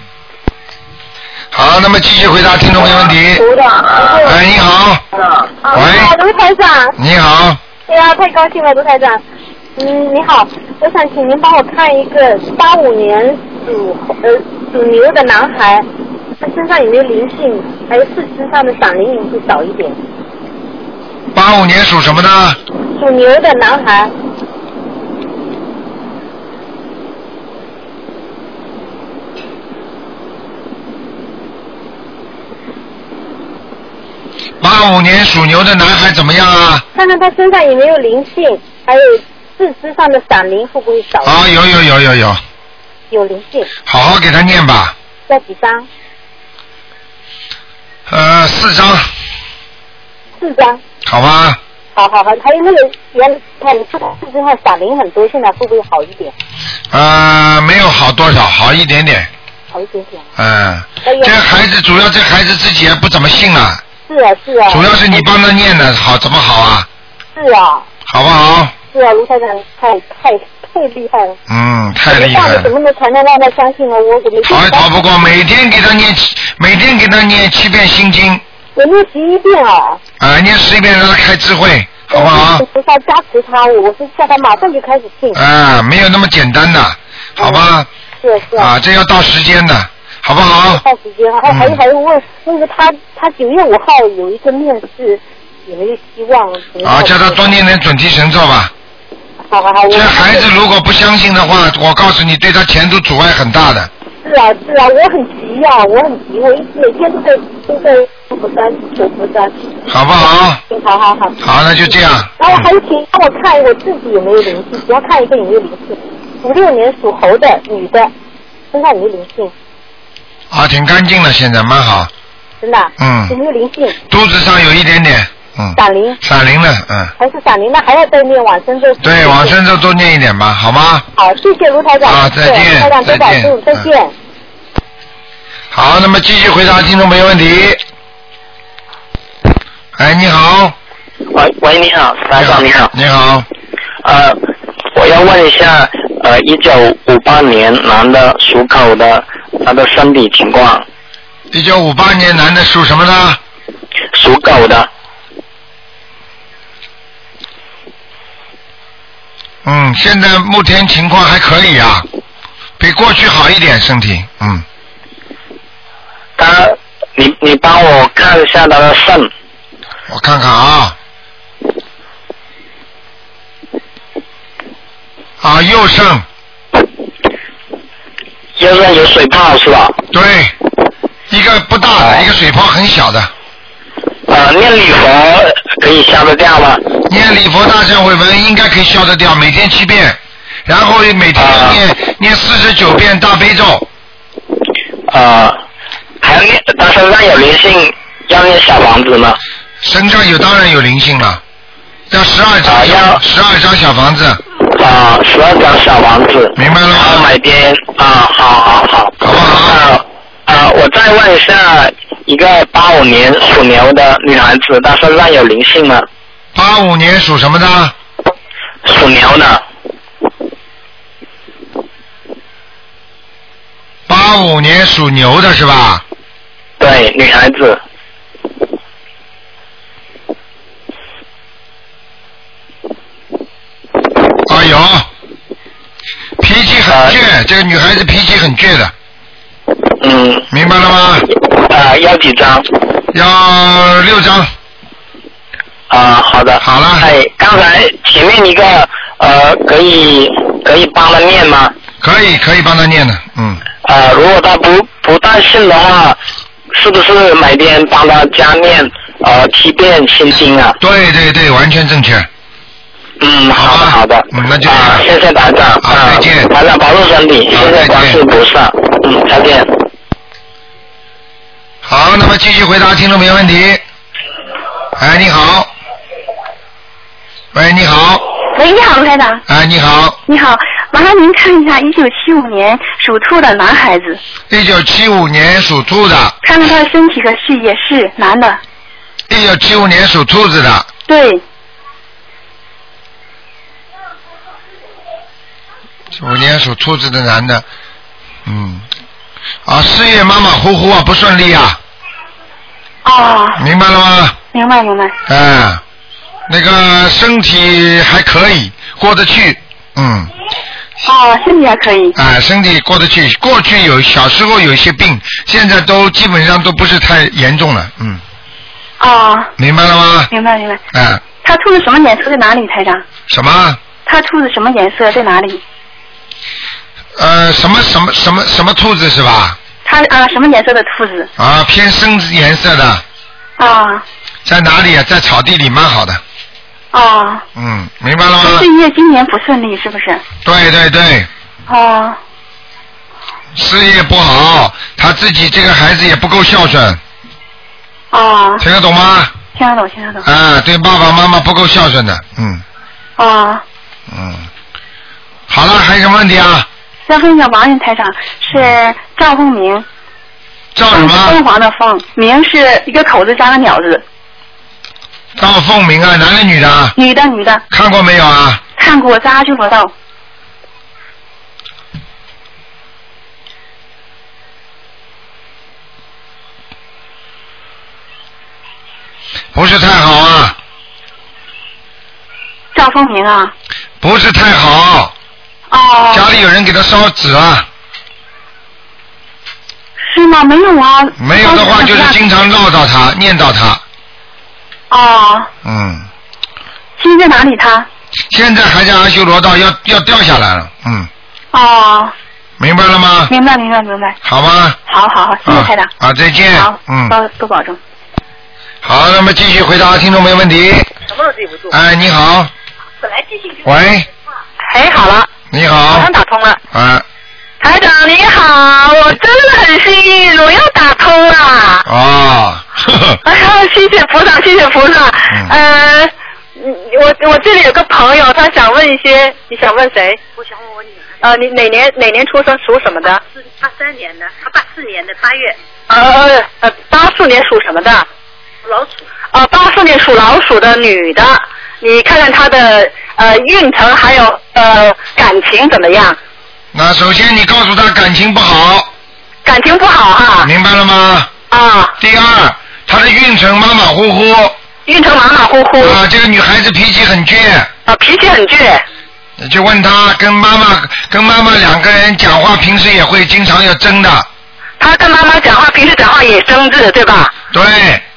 [SPEAKER 1] 好，那么继续回答听众朋友问题。
[SPEAKER 4] 服的，哦
[SPEAKER 1] 哎，你好，
[SPEAKER 6] 啊，
[SPEAKER 1] 喂，
[SPEAKER 6] 卢台长，
[SPEAKER 1] 你好，
[SPEAKER 6] 哎呀，太高兴了，卢台长。嗯，你好，我想请您帮我看一个八五年属呃属牛的男孩，他身上有没有灵性？还有四肢上的闪灵灵性少一点。
[SPEAKER 1] 八五年属什么的？
[SPEAKER 6] 属牛的男孩，
[SPEAKER 1] 八五年属牛的男孩怎么样啊？
[SPEAKER 6] 看看他身上有没有灵性，还有四肢上的闪灵会不会少？
[SPEAKER 1] 啊，有有有有有，
[SPEAKER 6] 有灵性，
[SPEAKER 1] 好好给他念吧。
[SPEAKER 6] 要几张？
[SPEAKER 1] 呃，四张，
[SPEAKER 6] 四张。
[SPEAKER 1] 好吧？
[SPEAKER 6] 好好好，还有那个原看你看他四肢上闪灵很多，现在会不会好一点？
[SPEAKER 1] 呃，没有好多少，好一点点。
[SPEAKER 6] 好一点点。
[SPEAKER 1] 嗯，
[SPEAKER 6] 哎呀
[SPEAKER 1] 这个孩子主要这孩子自己也不怎么信了，
[SPEAKER 6] 是啊是啊，
[SPEAKER 1] 主要是你帮他念的好，怎么好啊？
[SPEAKER 6] 是啊
[SPEAKER 1] 好不好？
[SPEAKER 6] 是啊，卢台长太太太厉害了，
[SPEAKER 1] 嗯，太厉害
[SPEAKER 6] 我怎
[SPEAKER 1] 了。
[SPEAKER 6] 么能才能让他相信呢？我我每
[SPEAKER 1] 逃也
[SPEAKER 6] 天
[SPEAKER 1] 逃不过，每天给他念七，每天给他念七遍心经，
[SPEAKER 6] 我念十一遍啊，
[SPEAKER 1] 啊、念十一遍让他开智慧，好不好？
[SPEAKER 6] 菩萨加持他，我是叫他马上就开始信。
[SPEAKER 1] 啊，没有那么简单的，好吧？
[SPEAKER 6] 是啊是啊，
[SPEAKER 1] 啊，这要到时间的，好不嗯好？
[SPEAKER 6] 到时间，还还
[SPEAKER 1] 嗯
[SPEAKER 6] 还有问那个他他九月五号有一个面试，有没有希望？怎么样
[SPEAKER 1] 啊，叫他多。念点准提神咒吧。
[SPEAKER 6] 好好好，我
[SPEAKER 1] 这孩子如果不相信的话，我告诉你，对他前途阻碍很大的。
[SPEAKER 6] 是啊是啊，我很急呀、我很急，我一每天都在都在求菩萨求菩萨。
[SPEAKER 1] 好不好？
[SPEAKER 6] 好好好。
[SPEAKER 1] 好，那就这样。
[SPEAKER 6] 然后还
[SPEAKER 1] 嗯
[SPEAKER 6] 有请帮我看我自己有没有灵性，只要看一个有没有灵性。五六年属猴的女的，身上有没有灵性？
[SPEAKER 1] 啊，挺干净的，现在蛮好。
[SPEAKER 6] 真的？
[SPEAKER 1] 嗯
[SPEAKER 6] 有没有灵性？
[SPEAKER 1] 肚子上有一点点，嗯，
[SPEAKER 6] 闪灵
[SPEAKER 1] 闪灵了，嗯，
[SPEAKER 6] 还是闪灵？那还要再念往生咒？
[SPEAKER 1] 对，往。生咒多念一点吧，好吗？
[SPEAKER 6] 好，谢谢卢台长。
[SPEAKER 1] 啊再见
[SPEAKER 6] 谢谢卢台长多保重，
[SPEAKER 1] 再
[SPEAKER 6] 再
[SPEAKER 1] 见
[SPEAKER 6] 见。
[SPEAKER 1] 好，那么继续回答听众朋友问题。哎，你好，
[SPEAKER 7] 喂喂，你好，台长你好，
[SPEAKER 1] 你好，
[SPEAKER 7] 呃，我要问一下，呃，一九五八年男的属狗的，他的身体情况，
[SPEAKER 1] 一九五八年男的属什么呢？
[SPEAKER 7] 属狗的，
[SPEAKER 1] 嗯，现在目前情况还可以啊，比过去好一点身体，嗯，
[SPEAKER 7] 他，你你帮我看一下他的肾，
[SPEAKER 1] 我看看啊，啊，右肾，
[SPEAKER 7] 右肾有水泡是吧？
[SPEAKER 1] 对，一个不大
[SPEAKER 7] 啊
[SPEAKER 1] 的，一个水泡很小的，
[SPEAKER 7] 呃，念礼佛可以消得掉吗？
[SPEAKER 1] 念礼佛大忏悔文应该可以消得掉，每天七遍，然后每天要
[SPEAKER 7] 啊
[SPEAKER 1] 念、念四十九遍大悲咒，
[SPEAKER 7] 呃，还要念，他身上有灵性，要念小房子吗？
[SPEAKER 1] 身上有当然有灵性了，要十二
[SPEAKER 7] 啊
[SPEAKER 1] 张
[SPEAKER 7] 要
[SPEAKER 1] 十二张小房子，
[SPEAKER 7] 啊，十二张小房子。
[SPEAKER 1] 明白了吗
[SPEAKER 7] 然后每天啊，好好好。
[SPEAKER 1] 好不好
[SPEAKER 7] 啊啊，我再问一下，一个八五年属牛的女孩子，她身上有灵性吗？
[SPEAKER 1] 八五年属什么的？
[SPEAKER 7] 属牛的，
[SPEAKER 1] 八五年属牛的是吧？
[SPEAKER 7] 对，女孩子，
[SPEAKER 1] 啊有，脾气很
[SPEAKER 7] 啊
[SPEAKER 1] 倔，这个女孩子脾气很倔的，
[SPEAKER 7] 嗯，
[SPEAKER 1] 明白了吗？
[SPEAKER 7] 呃，要几张？
[SPEAKER 1] 要六张，
[SPEAKER 7] 啊，好的。
[SPEAKER 1] 好了
[SPEAKER 7] 哎，刚才前面一个呃，可以可以帮他念吗？
[SPEAKER 1] 可以可以帮他念的，嗯，
[SPEAKER 7] 呃，如果他不不带信的话，是不是每天帮他加念呃七遍心经啊？
[SPEAKER 1] 对对对，完全正确。
[SPEAKER 7] 嗯，好
[SPEAKER 1] 好
[SPEAKER 7] 的
[SPEAKER 1] 吧
[SPEAKER 7] 好的，
[SPEAKER 1] 嗯那就这样
[SPEAKER 7] 啊，谢谢台长，
[SPEAKER 1] 好
[SPEAKER 7] 啊
[SPEAKER 1] 再见
[SPEAKER 7] 台长保重身体，
[SPEAKER 1] 好
[SPEAKER 7] 谢
[SPEAKER 1] 再见
[SPEAKER 7] 谢观世菩萨，嗯，再见。
[SPEAKER 1] 好，那么继续回答听众朋友问题。哎，你好。喂，你好。
[SPEAKER 4] 喂，你好，卢台长，
[SPEAKER 1] 哎，你好。
[SPEAKER 4] 你好，麻烦您看一下一九七五年属兔的男孩子，
[SPEAKER 1] 一九七五年属兔的，
[SPEAKER 4] 看看他的身体和事业，是男的，
[SPEAKER 1] 一九七五年属兔子的，
[SPEAKER 4] 对，
[SPEAKER 1] 五年属兔子的男的，嗯，啊，事业马马虎虎啊，不顺利啊，
[SPEAKER 4] 哦，
[SPEAKER 1] 明白了吗？
[SPEAKER 4] 明白明白，
[SPEAKER 1] 哎，那个身体还可以，过得去，嗯，
[SPEAKER 4] 哦，身体还可以，
[SPEAKER 1] 啊，身体过得去。过去有小时候有一些病，现在都基本上都不是太严重了，嗯，
[SPEAKER 4] 哦，
[SPEAKER 1] 明白了吗？
[SPEAKER 4] 明白明白，
[SPEAKER 1] 啊，
[SPEAKER 4] 他兔子什么颜色在哪里，台长？
[SPEAKER 1] 什么？
[SPEAKER 4] 他兔子什么颜色在哪里？
[SPEAKER 1] 呃，什么什么什么什么兔子是吧？
[SPEAKER 4] 他啊，什么颜色的兔子？
[SPEAKER 1] 啊，偏深颜色的，
[SPEAKER 4] 啊，
[SPEAKER 1] 在哪里啊？在草地里，蛮好的。
[SPEAKER 4] 哦，
[SPEAKER 1] 嗯，明白了
[SPEAKER 4] 他
[SPEAKER 1] 吗
[SPEAKER 4] 事？业今年不顺利是不是？
[SPEAKER 1] 对对对，
[SPEAKER 4] 哦，
[SPEAKER 1] 事业不好，他自己这个孩子也不够孝顺，
[SPEAKER 4] 哦，
[SPEAKER 1] 听得懂吗？
[SPEAKER 4] 听得懂听得懂，
[SPEAKER 1] 啊，对爸爸妈妈不够孝顺的，嗯
[SPEAKER 4] 哦。
[SPEAKER 1] 嗯。好了，还有什么问题啊？
[SPEAKER 4] 再问一下王人台长，是赵凤鸣，
[SPEAKER 1] 赵什么？
[SPEAKER 4] 凤凰的凤，鸣是一个口字加个鸟字，
[SPEAKER 1] 赵凤鸣啊，男的女的啊？
[SPEAKER 4] 女的女的，
[SPEAKER 1] 看过没有啊？
[SPEAKER 4] 看过在阿修罗道，
[SPEAKER 1] 不是太好啊，
[SPEAKER 4] 赵凤鸣啊，
[SPEAKER 1] 不是太好，家
[SPEAKER 4] 哦，
[SPEAKER 1] 里有人给他烧纸啊，
[SPEAKER 4] 是吗？没有啊，
[SPEAKER 1] 没有的话就是经常绕到他，念叨他，
[SPEAKER 4] 哦，
[SPEAKER 1] 嗯。
[SPEAKER 4] 现在哪里他？
[SPEAKER 1] 现在还在阿修罗道，要要掉下来了，嗯，
[SPEAKER 4] 哦，
[SPEAKER 1] 明白了吗？
[SPEAKER 4] 明白明白明白，
[SPEAKER 1] 好吗？
[SPEAKER 4] 好好好，谢谢台长，
[SPEAKER 1] 啊，再见
[SPEAKER 4] 好，，
[SPEAKER 1] 嗯，
[SPEAKER 4] 多多保重。
[SPEAKER 1] 好，那么继续回答听众朋友问题。什么都对不住。哎，你好。本来继续。喂，
[SPEAKER 2] 哎，好了，
[SPEAKER 1] 你
[SPEAKER 2] 马
[SPEAKER 1] 好
[SPEAKER 2] 上。打通了。
[SPEAKER 1] 啊，
[SPEAKER 2] 台长你好，我真的很幸运，我又打通了。
[SPEAKER 1] 哦，呵呵，
[SPEAKER 2] [LAUGHS] 哎呀，谢谢菩萨，谢谢菩萨。
[SPEAKER 1] 嗯
[SPEAKER 2] 呃，嗯我我这里有个朋友，他想问一些，你想问谁？
[SPEAKER 8] 我想问问你，
[SPEAKER 2] 呃，你哪年哪年出生，属什么的？
[SPEAKER 8] 是八三年的，他八四年的八月，
[SPEAKER 2] 呃呃，八四年属什么的？
[SPEAKER 8] 老鼠，
[SPEAKER 2] 呃，八四年属老鼠的女的，你看看她的呃运程还有呃感情怎么样？
[SPEAKER 1] 那首先你告诉他感情不好，
[SPEAKER 2] 感情不好哈、
[SPEAKER 1] 明白了吗？
[SPEAKER 2] 啊，
[SPEAKER 1] 第二，他的运程马马虎虎，
[SPEAKER 2] 运程马马虎虎，
[SPEAKER 1] 啊，这个女孩子脾气很倔，
[SPEAKER 2] 啊，脾气很倔。
[SPEAKER 1] 你就问她跟妈妈跟妈妈两个人讲话，平时也会经常要争的，
[SPEAKER 2] 他跟妈妈讲话，平时讲话也争执，对吧？
[SPEAKER 1] 对，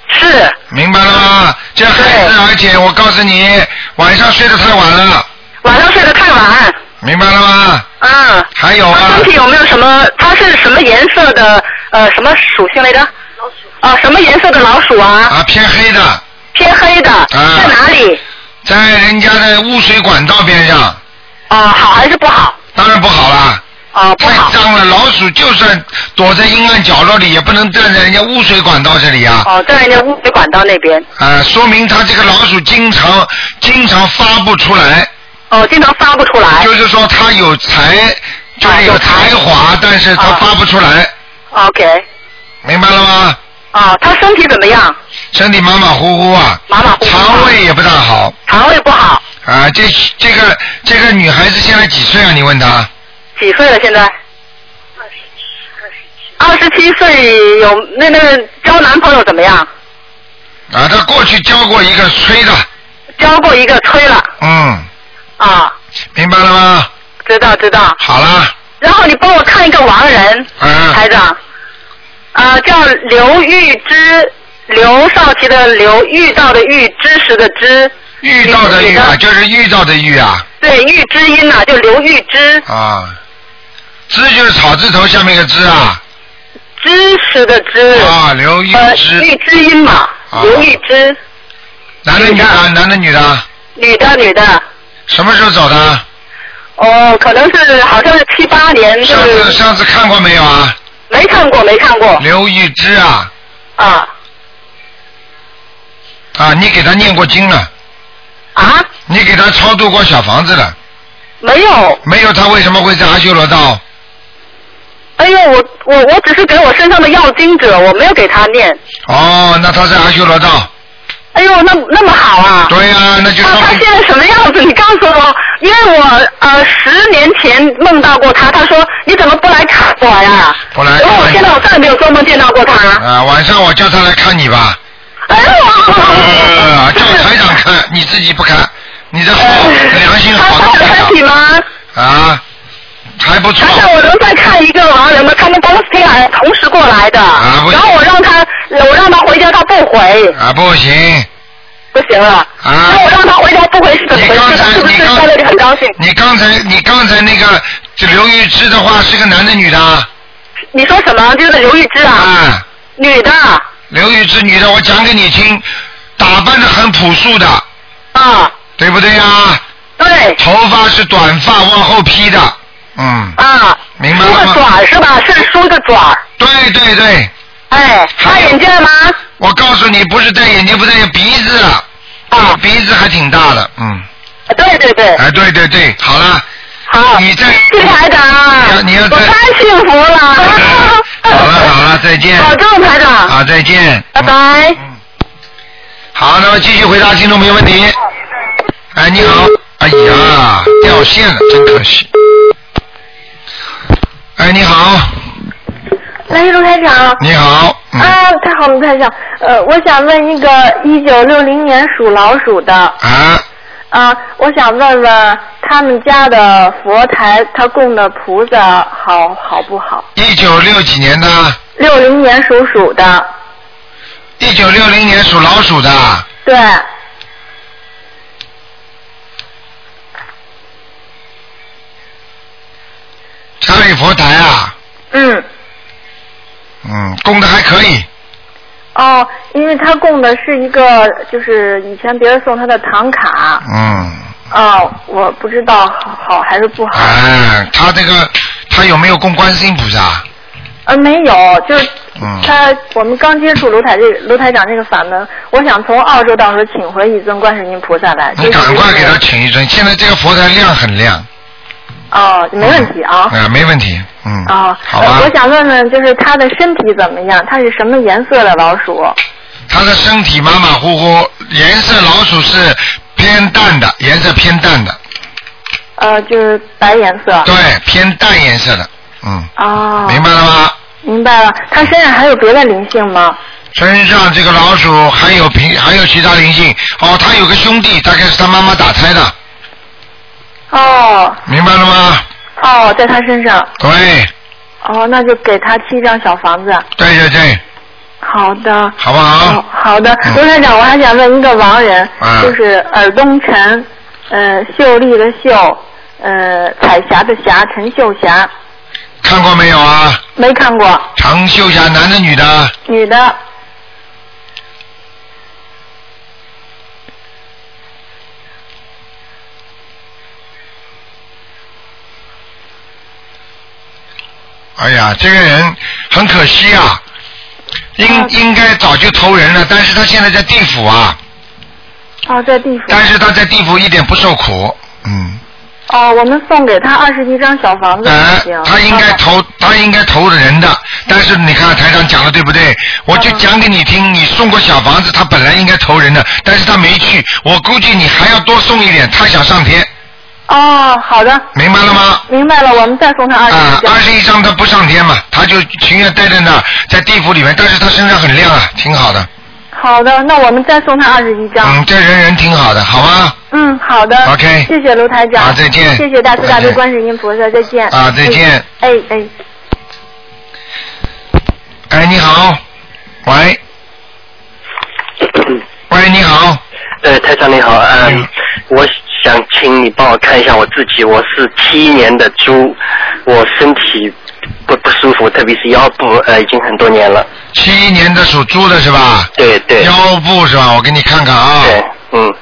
[SPEAKER 2] 是
[SPEAKER 1] 明白了吗？这孩子，而且我告诉你，晚上睡得太晚了，
[SPEAKER 2] 晚上睡得太晚。
[SPEAKER 1] 明白了吗？
[SPEAKER 2] 嗯。
[SPEAKER 1] 还有
[SPEAKER 2] 他
[SPEAKER 1] 啊
[SPEAKER 2] 身，体有没有什么？他是什么颜色的？呃，什么属性来着？
[SPEAKER 8] 老鼠，
[SPEAKER 2] 啊，什么颜色的老鼠啊？
[SPEAKER 1] 啊偏黑的，
[SPEAKER 2] 偏黑的，
[SPEAKER 1] 啊
[SPEAKER 2] 在哪里？
[SPEAKER 1] 在人家的污水管道边上，
[SPEAKER 2] 啊，好还是不好？
[SPEAKER 1] 当然不好啦，
[SPEAKER 2] 啊，不
[SPEAKER 1] 太
[SPEAKER 2] 好。
[SPEAKER 1] 脏了。老鼠就算躲在阴暗角落里，也不能站在人家污水管道这里啊。
[SPEAKER 2] 哦，在人家污水管道那边。
[SPEAKER 1] 啊，说明它这个老鼠经常经常发不出来，
[SPEAKER 2] 哦，经常发不出来。
[SPEAKER 1] 就是说它有才，就是有才华，但是它
[SPEAKER 2] 啊
[SPEAKER 1] 发不出来。
[SPEAKER 2] OK。啊
[SPEAKER 1] 明白了吗？
[SPEAKER 4] 哦，他身体怎么样？
[SPEAKER 1] 身体马马虎虎啊，
[SPEAKER 4] 马马虎虎。
[SPEAKER 1] 肠胃也不大好
[SPEAKER 4] 肠胃不好，
[SPEAKER 1] 啊。这这个这个女孩子现在几岁啊？你问她，
[SPEAKER 4] 几岁了现在？二十七岁有那那个交男朋友怎么样？
[SPEAKER 1] 啊，她过去交过一个吹的，
[SPEAKER 4] 交过一个吹了
[SPEAKER 1] 嗯，
[SPEAKER 4] 啊，
[SPEAKER 1] 明白了吗？
[SPEAKER 4] 知道知道。
[SPEAKER 1] 好啦，
[SPEAKER 4] 然后你帮我看一个亡人，
[SPEAKER 1] 嗯
[SPEAKER 4] 台长，啊、叫刘玉芝，刘少奇的刘，遇到的遇，知识的知，
[SPEAKER 1] 遇到的遇啊，就是遇到的遇啊，
[SPEAKER 4] 对，玉知音呐、就刘玉芝，
[SPEAKER 1] 啊，枝就是草字头下面一个枝啊，
[SPEAKER 4] 知识的知，
[SPEAKER 2] 嗯
[SPEAKER 1] 啊，刘玉
[SPEAKER 4] 呃，
[SPEAKER 1] 枝，
[SPEAKER 4] 玉知音嘛，
[SPEAKER 1] 啊
[SPEAKER 4] 刘玉芝，
[SPEAKER 1] 男的女的啊，男的女的啊，
[SPEAKER 4] 女的女的，
[SPEAKER 1] 什么时候走的啊？
[SPEAKER 4] 哦，可能是好像是七八年，就
[SPEAKER 1] 上次
[SPEAKER 4] 是哦
[SPEAKER 1] 上次看过没有啊？
[SPEAKER 4] 没看过没看过
[SPEAKER 1] 刘玉芝啊，
[SPEAKER 4] 啊
[SPEAKER 1] 啊，你给他念过经了，
[SPEAKER 4] 啊，
[SPEAKER 1] 你给他超度过小房子了，
[SPEAKER 4] 没有，
[SPEAKER 1] 没有他为什么会在阿修罗道？
[SPEAKER 4] 哎呦，我我我只是给我身上的药精者，我没有给他念。
[SPEAKER 1] 哦，那他在阿修罗道，
[SPEAKER 4] 哎呦，那那么好啊！
[SPEAKER 1] 对呀、那就
[SPEAKER 4] 那
[SPEAKER 1] 说
[SPEAKER 4] 他现在什么样子？你告诉我，因为我呃十年前梦到过他，他说你怎么不来看我呀？
[SPEAKER 1] 不来
[SPEAKER 4] 然后我哦现在我再也没有做梦见到过他。
[SPEAKER 1] 啊，晚上我叫他来看你吧。[LAUGHS]
[SPEAKER 4] 哎呦，
[SPEAKER 1] 呃，叫台长看，你自己不看，你
[SPEAKER 4] [LAUGHS]
[SPEAKER 1] 的好良心
[SPEAKER 4] 他
[SPEAKER 1] 好
[SPEAKER 4] 他
[SPEAKER 1] 到
[SPEAKER 4] 还
[SPEAKER 1] 不
[SPEAKER 4] 身体
[SPEAKER 1] 了
[SPEAKER 4] 吗？
[SPEAKER 1] 啊，还不错
[SPEAKER 4] 台长，我能再看一个亡人吗？他们都是平安同时过来的，
[SPEAKER 1] 啊不行
[SPEAKER 4] 然后我让他我让他回家，他不回，
[SPEAKER 1] 啊，不行
[SPEAKER 4] 不行了。
[SPEAKER 1] 啊
[SPEAKER 4] 那！我让他回家不回是怎么
[SPEAKER 1] 你
[SPEAKER 4] 回
[SPEAKER 1] 刚
[SPEAKER 4] 事？他
[SPEAKER 1] 才
[SPEAKER 4] 是不
[SPEAKER 1] 你
[SPEAKER 4] 是在
[SPEAKER 1] 刚
[SPEAKER 4] 那里很高兴？
[SPEAKER 1] 你刚才你刚才那个这刘玉芝的话是个男的女的啊？
[SPEAKER 4] 你说什么？就是刘玉芝啊，
[SPEAKER 1] 啊，
[SPEAKER 4] 女的
[SPEAKER 1] 刘玉芝女的，我讲给你听，打扮的很朴素的，
[SPEAKER 4] 啊，
[SPEAKER 1] 对不对啊？
[SPEAKER 4] 对
[SPEAKER 1] 头发是短发往后披的，嗯，
[SPEAKER 4] 啊，
[SPEAKER 1] 明白
[SPEAKER 4] 梳
[SPEAKER 1] 了吗？
[SPEAKER 4] 个卷儿是吧？是梳个卷儿，
[SPEAKER 1] 对对对，
[SPEAKER 4] 哎，
[SPEAKER 1] 还
[SPEAKER 4] 戴
[SPEAKER 1] 有
[SPEAKER 4] 眼镜吗？
[SPEAKER 1] 我告诉你，不是戴眼睛，不是戴眼鼻子，
[SPEAKER 4] 啊
[SPEAKER 1] 鼻子还挺大的，嗯，
[SPEAKER 4] 对对对，
[SPEAKER 1] 哎，对对对，好了，
[SPEAKER 4] 好，
[SPEAKER 1] 你在
[SPEAKER 4] 谢谢台长
[SPEAKER 1] 要，你要
[SPEAKER 4] 我
[SPEAKER 1] 再
[SPEAKER 4] 太幸福了，
[SPEAKER 1] [LAUGHS] 好了好了，再见，
[SPEAKER 4] 保重台长，
[SPEAKER 1] 好再见，
[SPEAKER 4] 拜拜。
[SPEAKER 1] 好，那么继续回答听众朋友问题。哎，你好，哎呀，掉线了，真可惜。哎，你好，
[SPEAKER 2] 喂，卢台长。
[SPEAKER 1] 你好，嗯，
[SPEAKER 4] 哎
[SPEAKER 2] 啊，太好了，卢台长。呃，我想问一个一九六零年属老鼠的，
[SPEAKER 1] 啊，
[SPEAKER 2] 啊，我想问问他们家的佛台，他供的菩萨好好不好？
[SPEAKER 1] 一九六几年的，
[SPEAKER 2] 六零年属鼠的，
[SPEAKER 1] 一九六零年属老鼠的，
[SPEAKER 2] 对，
[SPEAKER 1] 家里佛台啊，
[SPEAKER 2] 嗯，
[SPEAKER 1] 嗯，供的还可以，
[SPEAKER 2] 哦，因为他供的是一个，就是以前别人送他的唐卡，
[SPEAKER 1] 嗯。
[SPEAKER 2] 哦，我不知道好好还是不好，
[SPEAKER 1] 哎，他这个他有没有供观世音菩萨？
[SPEAKER 2] 呃，没有，就是
[SPEAKER 1] 嗯，
[SPEAKER 2] 他，我们刚接触卢台这卢台长这个法门，我想从澳洲到时候请回一尊观世音菩萨来。
[SPEAKER 1] 你赶快给他请一尊。现在这个佛台亮很亮，
[SPEAKER 2] 哦，没问题啊。
[SPEAKER 1] 啊，没问题，嗯，
[SPEAKER 4] 哦
[SPEAKER 2] 啊、
[SPEAKER 1] 好
[SPEAKER 2] 呃
[SPEAKER 1] 吧
[SPEAKER 2] 我。想问问，就是他的身体怎么样？他是什么颜色的老
[SPEAKER 1] [LAUGHS]
[SPEAKER 2] 鼠？
[SPEAKER 1] 他的身体马马虎虎，颜色老鼠是偏淡的，颜色偏淡的，
[SPEAKER 2] 呃，就是白颜色。
[SPEAKER 1] 对，偏淡颜色的，嗯，
[SPEAKER 2] 啊哦，
[SPEAKER 1] 明白了吗？
[SPEAKER 2] 明白了。他身上还有别的灵性吗？
[SPEAKER 1] 身上这个老鼠还有平还有其他灵性，哦，他有个兄弟，大概是他妈妈打胎的，
[SPEAKER 2] 哦
[SPEAKER 1] 明白了吗？
[SPEAKER 2] 哦，在他身上。
[SPEAKER 1] 对，
[SPEAKER 2] 哦，那就给他七张小房子。
[SPEAKER 1] 对对对，
[SPEAKER 2] 好的。
[SPEAKER 1] 好不
[SPEAKER 2] 哦
[SPEAKER 1] 好？，
[SPEAKER 2] 好的
[SPEAKER 1] 嗯，
[SPEAKER 2] 罗院长，我还想问一个亡人，
[SPEAKER 1] 嗯
[SPEAKER 2] 就是尔东陈，呃，秀丽的秀，呃，彩霞的霞，陈秀霞，
[SPEAKER 1] 看过没有啊？
[SPEAKER 2] 没看过，
[SPEAKER 1] 长袖下男的女的，
[SPEAKER 2] 女的，
[SPEAKER 1] 哎呀，这个人很可惜啊，应应该早就投人了，但是他现在在地府啊，
[SPEAKER 2] 哦，在地府，
[SPEAKER 1] 但是他在地府一点不受苦，嗯，
[SPEAKER 9] 哦，我们送给他二十一张小房子行
[SPEAKER 1] 呃他应该投，他应该投人的，但是你看台长讲的对不对？我就讲给你听，你送过小房子，他本来应该投人的，但是他没去，我估计你还要多送一点，他想上天。
[SPEAKER 9] 哦，好的。
[SPEAKER 1] 明白了吗？
[SPEAKER 9] 明白了，我们再送他二十一张。
[SPEAKER 1] 啊二十一张他不上天嘛，他就情愿待在那儿，在地府里面，但是他身上很亮啊，挺好的。
[SPEAKER 9] 好的，那我们再送他二十一张。
[SPEAKER 1] 嗯，这人人挺好的，好吗？
[SPEAKER 9] 嗯，好的。
[SPEAKER 1] OK
[SPEAKER 9] 谢谢卢台长。
[SPEAKER 1] 好再见
[SPEAKER 9] 谢谢大慈大
[SPEAKER 1] 再
[SPEAKER 9] 悲
[SPEAKER 1] 见
[SPEAKER 9] 观世音菩萨，再见。
[SPEAKER 1] 啊再见
[SPEAKER 9] 哎哎。哎
[SPEAKER 1] 哎，你好，喂，喂，你好，
[SPEAKER 7] 嗯呃，台长你好，嗯、我想请你帮我看一下我自己，我是七年的猪，我身体不不舒服，特别是腰部，呃，已经很多年了。
[SPEAKER 1] 七一年的属猪的是吧？
[SPEAKER 7] 对对。
[SPEAKER 1] 腰啊部是吧？我给你看看啊。对，
[SPEAKER 7] 嗯。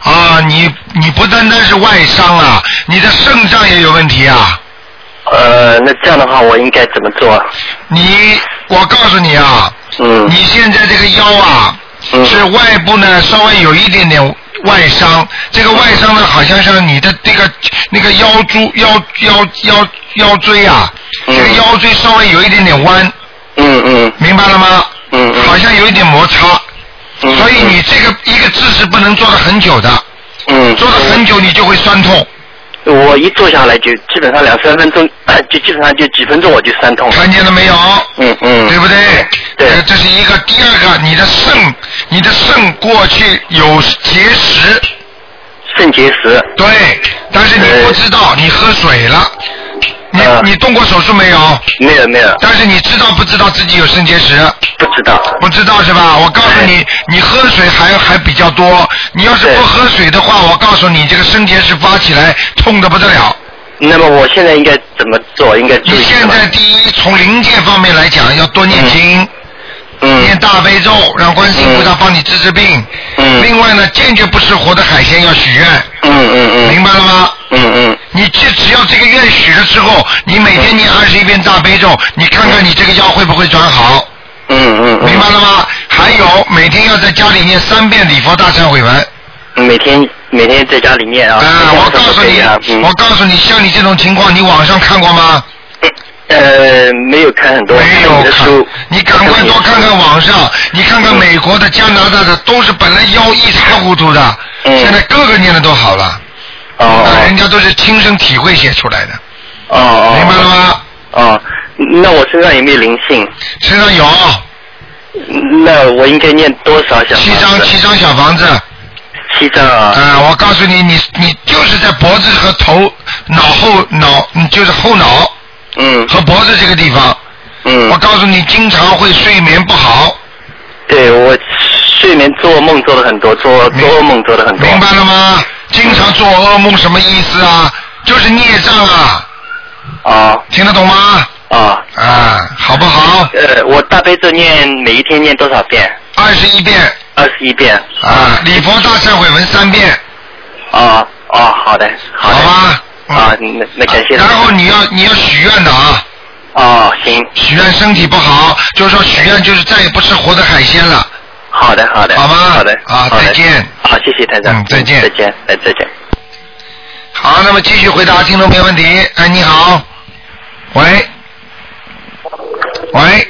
[SPEAKER 1] 啊，你你不单单是外伤啊，你的肾脏也有问题啊。
[SPEAKER 7] 呃，那这样的话，我应该怎么做？
[SPEAKER 1] 你，我告诉你啊，
[SPEAKER 7] 嗯，
[SPEAKER 1] 你现在这个腰啊，是外部呢稍微有一点点外伤，这个外伤呢好像像你的这个那个腰柱腰腰腰腰椎啊，这个腰椎稍微有一点点弯，
[SPEAKER 7] 嗯嗯，
[SPEAKER 1] 明白了吗？
[SPEAKER 7] 嗯嗯，
[SPEAKER 1] 好像有一点摩擦，所以你这个一个姿势不能做的很久的，
[SPEAKER 7] 嗯，
[SPEAKER 1] 做的很久你就会酸痛。
[SPEAKER 7] 我一坐下来就基本上两三分钟， [COUGHS] 就基本上就几分钟我就酸痛了。
[SPEAKER 1] 看见了没有？
[SPEAKER 7] 嗯嗯，
[SPEAKER 1] 哎对不对？对，这是一个。第二个，你的肾，你的肾过去有结石。
[SPEAKER 7] 肾结石。
[SPEAKER 1] 对，但是你不知道，你喝水了。你、你动过手术没有？
[SPEAKER 7] 没有没有。
[SPEAKER 1] 但是你知道不知道自己有肾结石？
[SPEAKER 7] 不知道。
[SPEAKER 1] 不知道是吧？我告诉你，你喝水还还比较多。你要是不喝水的话，我告诉你，这个肾结石发起来痛的不得了。
[SPEAKER 7] 那么我现在应该怎么做？应该注
[SPEAKER 1] 你
[SPEAKER 7] 意什
[SPEAKER 1] 现
[SPEAKER 7] 么？
[SPEAKER 1] 在第一，从灵界方面来讲，要多念经，
[SPEAKER 7] 嗯
[SPEAKER 1] 念大悲咒，让观世音菩萨帮你治治病。另外呢，坚决不吃活的海鲜，要许愿。
[SPEAKER 7] 嗯嗯嗯。
[SPEAKER 1] 明白了吗？
[SPEAKER 7] 嗯嗯。
[SPEAKER 1] 你这只要这个愿许了之后，你每天念二十一遍大悲咒，你看看你这个腰会不会转好？
[SPEAKER 7] 嗯嗯。
[SPEAKER 1] 明白了吗？还有，每天要在家里念三遍礼佛大忏悔文。
[SPEAKER 7] 每天每天在家里面啊。啊，我告诉你啊，嗯
[SPEAKER 1] 我告诉你，像你这种情况，你网上看过吗？
[SPEAKER 7] 呃，没有看很多，没有的书，
[SPEAKER 1] 你赶快多看看网上，你看看美国的、加拿大的，都是本来腰一塌糊涂的，
[SPEAKER 7] 嗯
[SPEAKER 1] 现在个个念的都好了。哦。人家都是亲身体会写出来的。
[SPEAKER 7] 哦哦。明白了
[SPEAKER 1] 吗？
[SPEAKER 7] 哦，那我身上有没有灵性？
[SPEAKER 1] 身上有。
[SPEAKER 7] 那我应该念多少小？
[SPEAKER 1] 七张七张小房子。
[SPEAKER 7] 七张啊。
[SPEAKER 1] 啊，我告诉你，你你就是在脖子和头、脑后脑，嗯就是后脑。
[SPEAKER 7] 嗯。
[SPEAKER 1] 和脖子这个地方。
[SPEAKER 7] 嗯。
[SPEAKER 1] 我告诉你，经常会睡眠不好。
[SPEAKER 7] 对我睡眠做梦做的很多，做做噩梦做的很多。
[SPEAKER 1] 明白了吗？经常做噩梦什么意思啊？就是孽障啊。
[SPEAKER 7] 啊。
[SPEAKER 1] 听得懂吗？
[SPEAKER 7] 啊。
[SPEAKER 1] 啊，好不好？
[SPEAKER 7] 呃，我大悲咒念每一天念多少遍？
[SPEAKER 1] 二十一遍。
[SPEAKER 7] 二十一遍。
[SPEAKER 1] 啊，礼佛大忏悔文三遍，
[SPEAKER 7] 啊哦，好的，好的。啊，那那感谢。
[SPEAKER 1] 然后你要你要许愿的啊。
[SPEAKER 7] 哦，行。
[SPEAKER 1] 许愿身体不好，就是说许愿就是再也不吃活的海鲜了。
[SPEAKER 7] 好的，好的。
[SPEAKER 1] 好吗
[SPEAKER 7] 好的。
[SPEAKER 1] 啊
[SPEAKER 7] 好的
[SPEAKER 1] 再见。
[SPEAKER 7] 好，谢谢台长。嗯，再见。再见，哎，再见。
[SPEAKER 1] 好，那么继续回答听众朋友问题。哎，你好，喂，喂，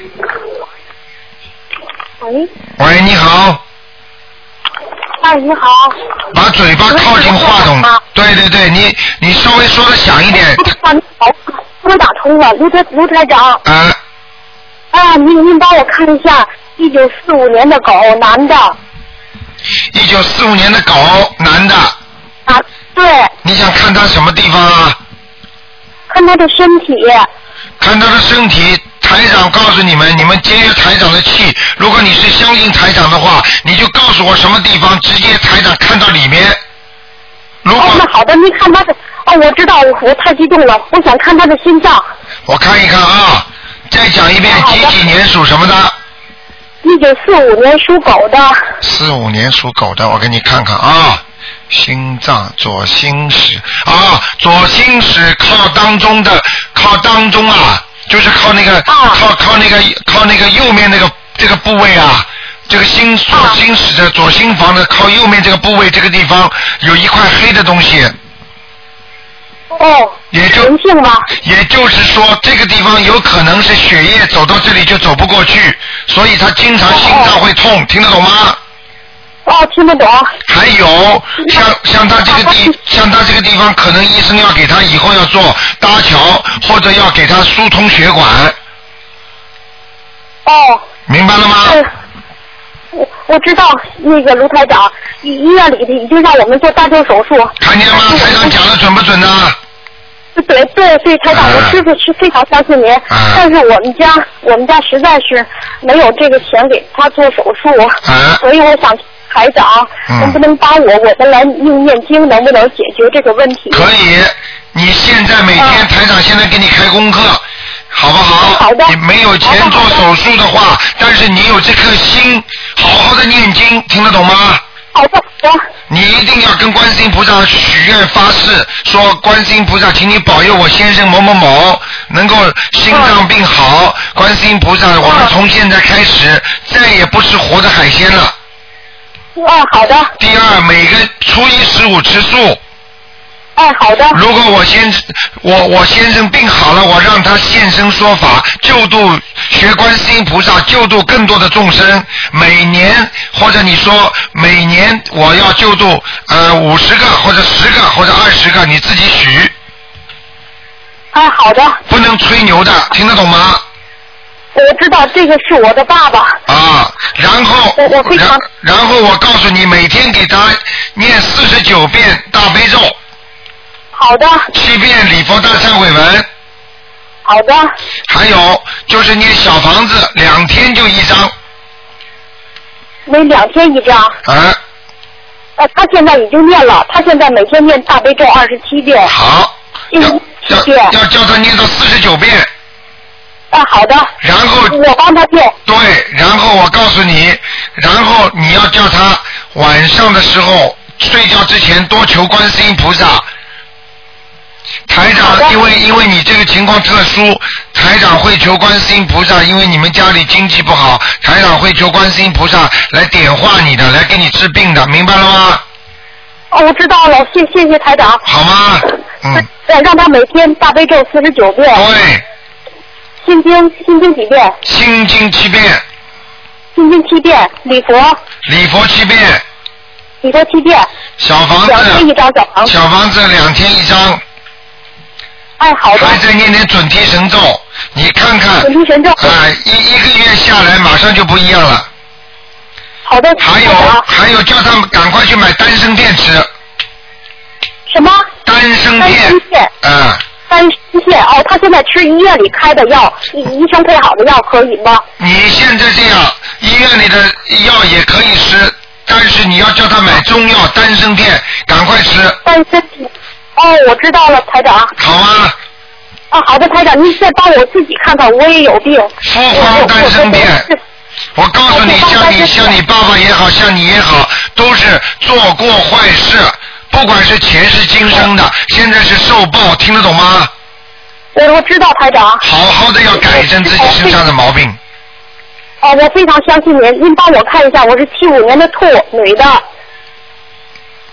[SPEAKER 4] 喂，
[SPEAKER 1] 喂，你好，
[SPEAKER 4] 哎，你好，啊
[SPEAKER 1] 把嘴巴靠近话筒。对对对，你你稍微说的响一点。
[SPEAKER 4] 我打通了，卢台卢台长。
[SPEAKER 1] 啊。
[SPEAKER 4] 啊，您您帮我看一下，一九四五年的狗，男的。
[SPEAKER 1] 一九四五年的狗，男的。
[SPEAKER 4] 啊，对。
[SPEAKER 1] 你想看他什么地方啊？
[SPEAKER 4] 看他的身体。
[SPEAKER 1] 看他的身体。台长告诉你们，你们接台长的气。如果你是相信台长的话，你就告诉我什么地方，直接台长看到里面。如果、
[SPEAKER 4] 那哦好的，您看他的，哦，我知道，我我太激动了，我想看他的心脏。
[SPEAKER 1] 我看一看啊，再讲一遍几几年属什么的？
[SPEAKER 4] 一九四五年属狗的，
[SPEAKER 1] 四五年属狗的，我给你看看啊，心脏左心室啊，左心室靠当中的靠当中啊，就是靠那个、靠靠那个靠那个右面那个这个部位啊，这个心左心室的左心房的靠右面这个部位这个地方有一块黑的东西。
[SPEAKER 4] 哦。
[SPEAKER 1] 也就
[SPEAKER 4] 性吧。
[SPEAKER 1] 也就是说，这个地方有可能是血液走到这里就走不过去，所以他经常心脏会痛，听得懂吗？
[SPEAKER 4] 哦，听不懂。
[SPEAKER 1] 还有，像像他这个地，像他这个地方，可能医生要给他以后要做搭桥，或者要给他疏通血管。
[SPEAKER 4] 哦。
[SPEAKER 1] 明白了吗？
[SPEAKER 4] 嗯我我知道那个卢台长，医医院里的已经让我们做大做手术。
[SPEAKER 1] 看见吗？台长讲的准不准呢、
[SPEAKER 4] 对对对，台长，我师傅是非常相信您，
[SPEAKER 1] 啊
[SPEAKER 4] 但是我们家我们家实在是没有这个钱给他做手术，所以我想台长
[SPEAKER 1] 啊嗯
[SPEAKER 4] 能不能帮我，我们来用念经能不能解决这个问题？
[SPEAKER 1] 可以，你现在每天台长现在给你开功课，好不哦好？好的。你没有钱做手术的话，但是你有这颗心，好好的念经，听得懂吗？
[SPEAKER 4] 好的，
[SPEAKER 1] 你一定要跟观世音菩萨许愿发誓，说观世音菩萨，请你保佑我先生某某某能够心脏病好。观世音菩萨，我们从现在开始再也不吃活的海鲜了。
[SPEAKER 4] 哦，好的。
[SPEAKER 1] 第二，每个初一十五吃素。
[SPEAKER 4] 哎，好的。
[SPEAKER 1] [LAUGHS] 如果我先我我先生病好了，我让他现身说法，救度学观世音菩萨，救度更多的众生。每年或者你说每年我要救度呃五十个或者十个或者二十个，你自己许。
[SPEAKER 4] 哎，好的。
[SPEAKER 1] 不能吹牛的，听得懂吗？
[SPEAKER 4] 我知道这个是我的爸爸。
[SPEAKER 1] 啊，然后然然后我告诉你，每天给他念四十九遍大悲咒。
[SPEAKER 4] 好的。
[SPEAKER 1] 七遍礼佛大忏悔文。
[SPEAKER 4] 好的。
[SPEAKER 1] 还有就是念小房子，两天就一张。
[SPEAKER 4] 每两天一张。
[SPEAKER 1] 啊。
[SPEAKER 4] 呃，他现在已经念了，他现在每天念大悲咒二十七遍。
[SPEAKER 1] 好。
[SPEAKER 4] 七遍。
[SPEAKER 1] 要叫他念到四十九遍。
[SPEAKER 4] 啊，好的。
[SPEAKER 1] 然后
[SPEAKER 4] 我帮他念。
[SPEAKER 1] 对，然后我告诉你，然后你要叫他晚上的时候睡觉之前多求观世音菩萨。台长，因为因为你这个情况特殊，台长会求观世音菩萨，因为你们家里经济不好，台长会求观世音菩萨来点化你的，来给你治病的，明白了吗？
[SPEAKER 4] 哦，我知道了，谢谢谢台长。
[SPEAKER 1] 好
[SPEAKER 4] [LAUGHS]
[SPEAKER 1] 吗？嗯。
[SPEAKER 4] 对，让他每天大悲咒四十九遍。
[SPEAKER 1] 对。
[SPEAKER 4] 心经心经几遍？
[SPEAKER 1] 心经七遍。
[SPEAKER 4] 心经七遍，礼佛
[SPEAKER 1] 礼佛七遍，
[SPEAKER 4] 礼佛七遍。
[SPEAKER 1] 小房子
[SPEAKER 4] 两天一张小房子。
[SPEAKER 1] 啊小房子两天一张。
[SPEAKER 4] 哎，好
[SPEAKER 1] 的。还在念点准提神咒，你看看。准
[SPEAKER 4] 提神咒。
[SPEAKER 1] 啊、一一个月下来，马上就不一样了。
[SPEAKER 4] 好的。
[SPEAKER 1] 还有
[SPEAKER 4] 啊
[SPEAKER 1] 还有，叫他们赶快去买丹参片吃。
[SPEAKER 4] 什么？
[SPEAKER 1] 丹参片。啊、
[SPEAKER 4] 丹参片哦，他现在吃医院里开的药，医医生配好的药可以吗？
[SPEAKER 1] 你现在这样，医院里的药也可以吃，但是你要叫他买中药丹参片，赶快吃。
[SPEAKER 4] 丹参片。哦，我知道了，台长。
[SPEAKER 1] 好啊。
[SPEAKER 4] 啊，好的，台长，您再帮我自己看看，我也有病。
[SPEAKER 1] 复方丹参片。我告诉你，像你像你爸爸也好，像你也好，都是做过坏事，不管是前世今生的，现在是受报，听得懂吗？
[SPEAKER 4] 我我知道，台长。
[SPEAKER 1] 好好的要改正自己身上的毛病。
[SPEAKER 4] 哦，我非常相信您，您帮我看一下，我是七五年的兔，女的。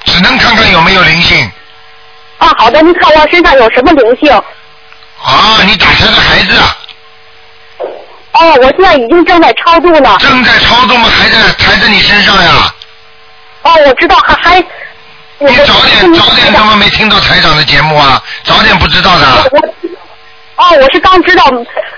[SPEAKER 1] 只能看看有没有灵性
[SPEAKER 4] 啊，好的，您看我身上有什么灵性？
[SPEAKER 1] 啊！你打胎的孩子啊，
[SPEAKER 4] 哦，我现在已经正在超度呢。
[SPEAKER 1] 正在超度吗？还在还在你身上呀？
[SPEAKER 4] 哦，我知道，还还。我
[SPEAKER 1] 你早点早点，他们没听到台长的节目啊，早点不知道的啊。
[SPEAKER 4] 哦，我是刚知道，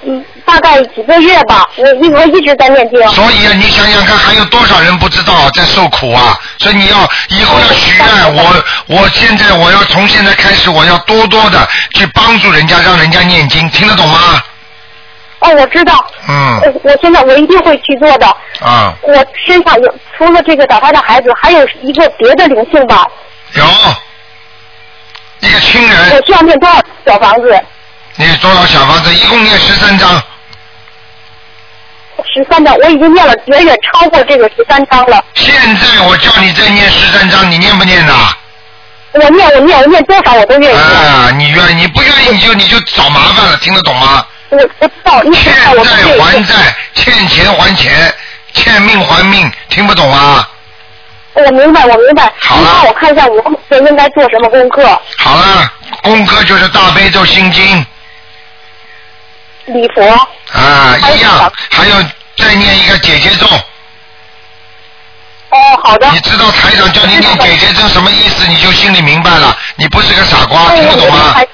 [SPEAKER 4] 嗯，大概几个月吧，我一我一直在念经。
[SPEAKER 1] 所以啊，你想想看，还有多少人不知道在受苦啊？所以你要以后要许愿，我我现在我要从现在开始，我要多多的去帮助人家，让人家念经，听得懂吗？
[SPEAKER 4] 哦，我知道，
[SPEAKER 1] 嗯
[SPEAKER 4] 我我现在我一定会去做的。
[SPEAKER 1] 啊，
[SPEAKER 4] 我身上有除了这个打胎的孩子，还有一个别的灵性吧。
[SPEAKER 1] 有一个亲人。
[SPEAKER 4] 我需要念多少小房子？
[SPEAKER 1] 你多少小房子？一共念十三章，
[SPEAKER 4] 十三张，我已经念了，远远超过这个十三章了。
[SPEAKER 1] 现在我叫你再念十三章，你念不念呐？
[SPEAKER 4] 我念，我念，我念多少我都愿意。
[SPEAKER 1] 啊，你愿意，你不愿意你就你就找麻烦了，听得懂吗？
[SPEAKER 4] 我我知道，因为
[SPEAKER 1] 欠
[SPEAKER 4] 我
[SPEAKER 1] 债还债，欠钱还钱，欠命还命，听不懂啊？
[SPEAKER 6] 我明白，我明白。
[SPEAKER 1] 好
[SPEAKER 6] 了。让我看一下我应该做什么功课。
[SPEAKER 1] 好了，功课就是大悲咒心经
[SPEAKER 6] 礼佛。
[SPEAKER 1] 啊，一样，还有再念一个姐姐咒。
[SPEAKER 6] 哦，好的。
[SPEAKER 1] 你知道台长叫你念姐姐咒什么意思，你就心里明白了。你不是个傻瓜，听不懂吗？哎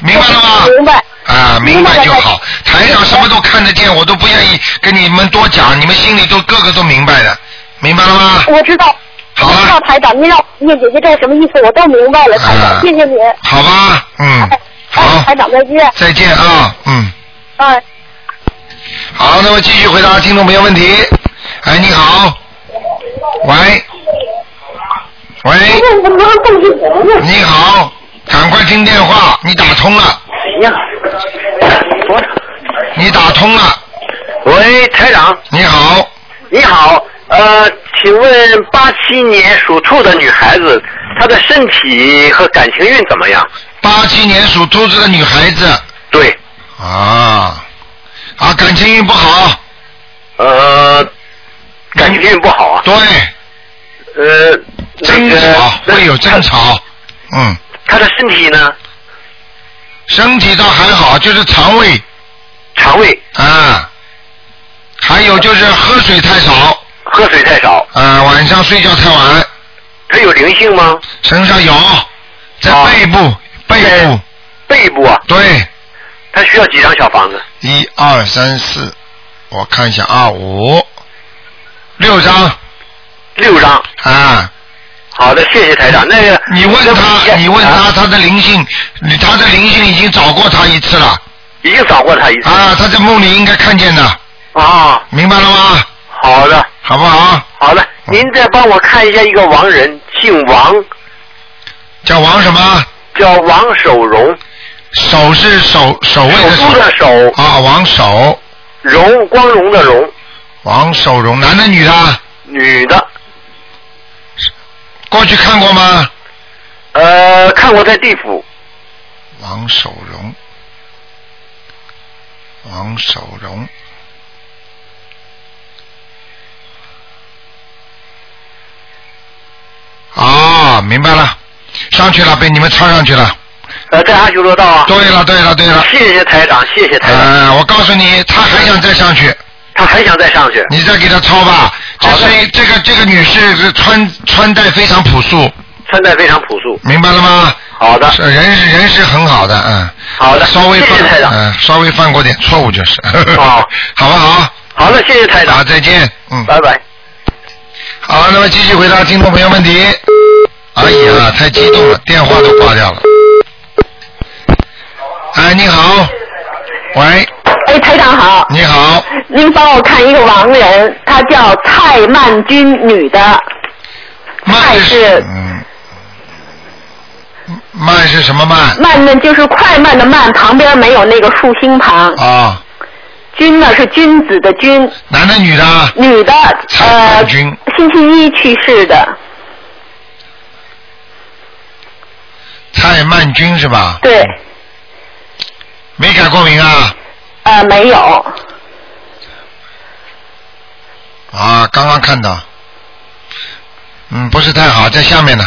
[SPEAKER 1] 明白了吗？
[SPEAKER 6] 明白。
[SPEAKER 1] 啊，明白就好。台长什么都看得见，我都不愿意跟你们多讲，你们心里都个个都明白的，明白了吗？
[SPEAKER 6] 我知道。
[SPEAKER 1] 好
[SPEAKER 6] 知道台长，您让念姐姐咒什么意思，我都明白了，台
[SPEAKER 1] 啊
[SPEAKER 6] 长，谢谢您。
[SPEAKER 1] 好吧，嗯，
[SPEAKER 6] 好。台长，再见。
[SPEAKER 1] 再见啊，嗯，
[SPEAKER 6] 哎，
[SPEAKER 1] 好，那么继续回答听众朋友问题。哎，你好，喂，喂，你好，赶快听电话，你打通了，
[SPEAKER 7] 你好，
[SPEAKER 1] 你打通了。
[SPEAKER 7] 喂，台长。
[SPEAKER 1] 你好。
[SPEAKER 7] 你好，呃，请问八七年属兔的女孩子，她的身体和感情运怎么样？
[SPEAKER 1] 八七年属兔子的女孩子。
[SPEAKER 7] 对。
[SPEAKER 1] 啊，啊，感情运不好。
[SPEAKER 7] 呃，感情运不好啊。
[SPEAKER 1] 对。
[SPEAKER 7] 呃，
[SPEAKER 1] 争吵会有争吵，嗯。
[SPEAKER 7] 她的身体呢？
[SPEAKER 1] 身体倒还好，就是肠胃。
[SPEAKER 7] 肠胃。
[SPEAKER 1] 啊。还有就是喝水太少。
[SPEAKER 7] 喝水太少。
[SPEAKER 1] 啊，晚上睡觉太晚。
[SPEAKER 7] 她有灵性吗？
[SPEAKER 1] 身上有，在
[SPEAKER 7] 啊
[SPEAKER 1] 背部，背部，
[SPEAKER 7] 背部啊。
[SPEAKER 1] 对。
[SPEAKER 7] 她需要几张小房子？
[SPEAKER 1] 一二三四，我看一下啊，五，六张。
[SPEAKER 7] 六张。
[SPEAKER 1] 啊。
[SPEAKER 7] 好的，谢谢台长。那个啊
[SPEAKER 1] 你问他，你问他，他的灵性，你他的灵性已经找过他一次了。
[SPEAKER 7] 已经找过他一次。
[SPEAKER 1] 啊，他在梦里应该看见的，
[SPEAKER 7] 啊，
[SPEAKER 1] 明白了吗？
[SPEAKER 7] 好的，
[SPEAKER 1] 好不好？
[SPEAKER 7] 好的，
[SPEAKER 1] 嗯
[SPEAKER 7] 您再帮我看一下一个亡人，姓王，
[SPEAKER 1] 叫王什么？
[SPEAKER 7] 叫王守荣，
[SPEAKER 1] 手是手手位的
[SPEAKER 7] 手
[SPEAKER 1] 手。
[SPEAKER 7] 术的手
[SPEAKER 1] 啊，王手，
[SPEAKER 7] 荣光荣的荣，
[SPEAKER 1] 王守荣，男的啊女的？
[SPEAKER 7] 女的，
[SPEAKER 1] 过去看过吗？
[SPEAKER 7] 呃，看过在地府，
[SPEAKER 1] 王守荣，王守荣。啊，明白了，上去了，被你们抄上去了。
[SPEAKER 7] 呃，在阿修罗道啊。
[SPEAKER 1] 对了，对了，对了。
[SPEAKER 7] 谢谢台长，谢谢台长。
[SPEAKER 1] 呃，我告诉你，他还想再上去。
[SPEAKER 7] 他还想再上去。
[SPEAKER 1] 你再给他抄吧。这是这个这个女士是穿穿戴非常朴素，
[SPEAKER 7] 穿戴非常朴素。
[SPEAKER 1] 明白了吗？
[SPEAKER 7] 好的。
[SPEAKER 1] 是人是人是很好的，嗯。
[SPEAKER 7] 好的
[SPEAKER 1] 稍微
[SPEAKER 7] 谢谢台
[SPEAKER 1] 犯
[SPEAKER 7] 长
[SPEAKER 1] 嗯稍微犯过点错误就是。
[SPEAKER 7] 好。
[SPEAKER 1] [LAUGHS] 好不好？
[SPEAKER 7] 好的，谢谢台长。
[SPEAKER 1] 好，再见。嗯。
[SPEAKER 7] 拜拜。
[SPEAKER 1] 好，那么继续回答听众朋友问题。哎呀，太激动了，电话都挂掉了。哎，你好，喂，
[SPEAKER 4] 哎，台长好，
[SPEAKER 1] 你好，
[SPEAKER 6] 嗯
[SPEAKER 4] 您帮我看一个亡人，她叫蔡曼君，女的。
[SPEAKER 1] 蔡是慢是什么慢？
[SPEAKER 4] 曼呢，就是快慢的慢，旁边没有那个竖心旁。
[SPEAKER 7] 嗯
[SPEAKER 1] 啊。
[SPEAKER 4] 君呢是君子的君。
[SPEAKER 1] 男的女的？
[SPEAKER 4] 女的，呃，星期一去世的，
[SPEAKER 1] 蔡曼君是吧？
[SPEAKER 4] 对。
[SPEAKER 1] 没改过名啊？
[SPEAKER 4] 呃，没有。
[SPEAKER 1] 啊，刚刚看到。嗯，不是太好，在下面呢，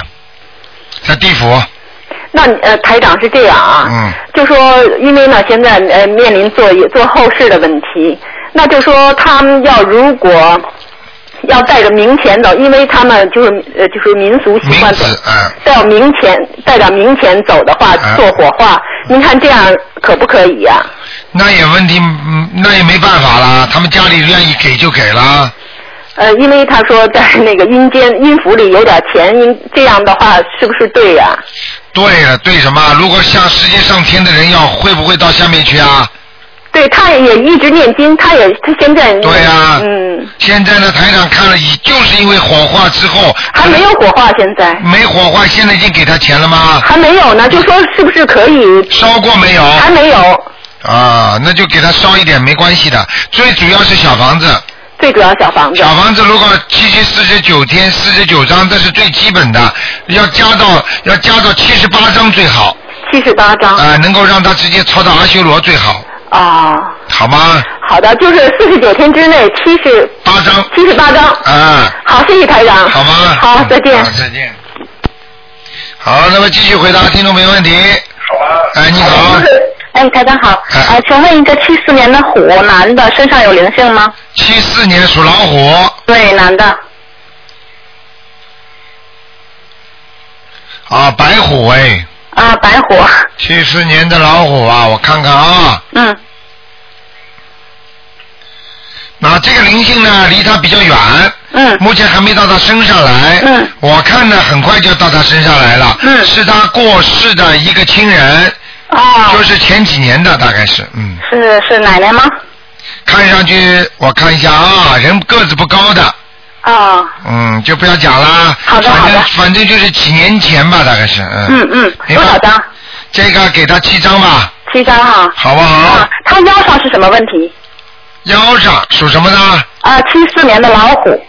[SPEAKER 1] 在地府。
[SPEAKER 4] 那你呃，台长是这样啊，
[SPEAKER 1] 嗯，
[SPEAKER 4] 就说因为呢，现在呃面临做做后事的问题，那就说他们要如果要带着冥钱走，因为他们就是呃就是民嗯俗习惯走，带有冥钱带点冥钱走的话，
[SPEAKER 1] 嗯
[SPEAKER 4] 做火化，您看这样可不可以呀、啊
[SPEAKER 1] 那也问题，嗯，那也没办法啦，他们家里愿意给就给啦。
[SPEAKER 4] 呃，因为他说在 [LAUGHS] 那个阴间阴府里有点钱，因这样的话是不是对呀、
[SPEAKER 1] 对了，对什么？如果像世界上天的人要，会不会到下面去啊？
[SPEAKER 4] 对，他也一直念经，他也他现在对呀、嗯，
[SPEAKER 1] 现在呢，台长看了，以就是因为火化之后
[SPEAKER 4] 还没有火化，现在
[SPEAKER 1] 没火化，现在已经给他钱了吗？
[SPEAKER 4] 还没有呢，就说是不是可以
[SPEAKER 1] 烧过没有？
[SPEAKER 4] 还没有，
[SPEAKER 1] 啊，那就给他烧一点没关系的，最主要是小房子。
[SPEAKER 4] 最主要小房
[SPEAKER 1] 子。小房子如果七七四十九天四十九张，这是最基本的，要加到要加到七十八张最好。呃
[SPEAKER 4] 七十八张。
[SPEAKER 1] 啊、能够让他直接抄到阿修罗最好，
[SPEAKER 4] 啊、
[SPEAKER 1] 好吗？
[SPEAKER 10] 好的，就是四十九天之内，七十
[SPEAKER 1] 八张，
[SPEAKER 10] 七十八张。
[SPEAKER 1] 啊，
[SPEAKER 10] 好，谢谢台长。
[SPEAKER 1] 好嗯吗？
[SPEAKER 10] 好，再见。
[SPEAKER 1] 再见。好，那么继续回答听众朋友问题。哎，你好，
[SPEAKER 4] 哎，台长好，啊，请问一个七四年的虎男的身上有灵性吗？
[SPEAKER 1] 七四年属老虎，
[SPEAKER 4] 对，男的，
[SPEAKER 1] 啊，白虎哎，
[SPEAKER 4] 啊，白虎，
[SPEAKER 1] 七四年的老虎啊，我看看啊，
[SPEAKER 4] 嗯，
[SPEAKER 1] 那这个灵性呢，离他比较远，
[SPEAKER 4] 嗯，
[SPEAKER 1] [LAUGHS] 目前还没到他身上来，嗯，我看呢，很快就到他身上来了，嗯，是他过世的一个亲人，
[SPEAKER 4] 哦，
[SPEAKER 1] 就是前几年的大概是，嗯，
[SPEAKER 4] 是是奶奶吗？
[SPEAKER 1] 看上去我看一下啊，人个子不高的，
[SPEAKER 4] 哦，
[SPEAKER 1] 嗯，就不要讲啦，
[SPEAKER 4] 好的
[SPEAKER 1] 反
[SPEAKER 4] 好
[SPEAKER 1] 正
[SPEAKER 4] 的
[SPEAKER 1] 反正就是几年前吧，大概是，
[SPEAKER 4] 嗯
[SPEAKER 1] 嗯，
[SPEAKER 4] 嗯，
[SPEAKER 1] 多少张？这个给他七张吧，
[SPEAKER 4] 七张哈，
[SPEAKER 1] 好不好？
[SPEAKER 4] 他腰上是什么问题？
[SPEAKER 1] 腰上属什么呢？
[SPEAKER 4] 啊，七四年的老虎，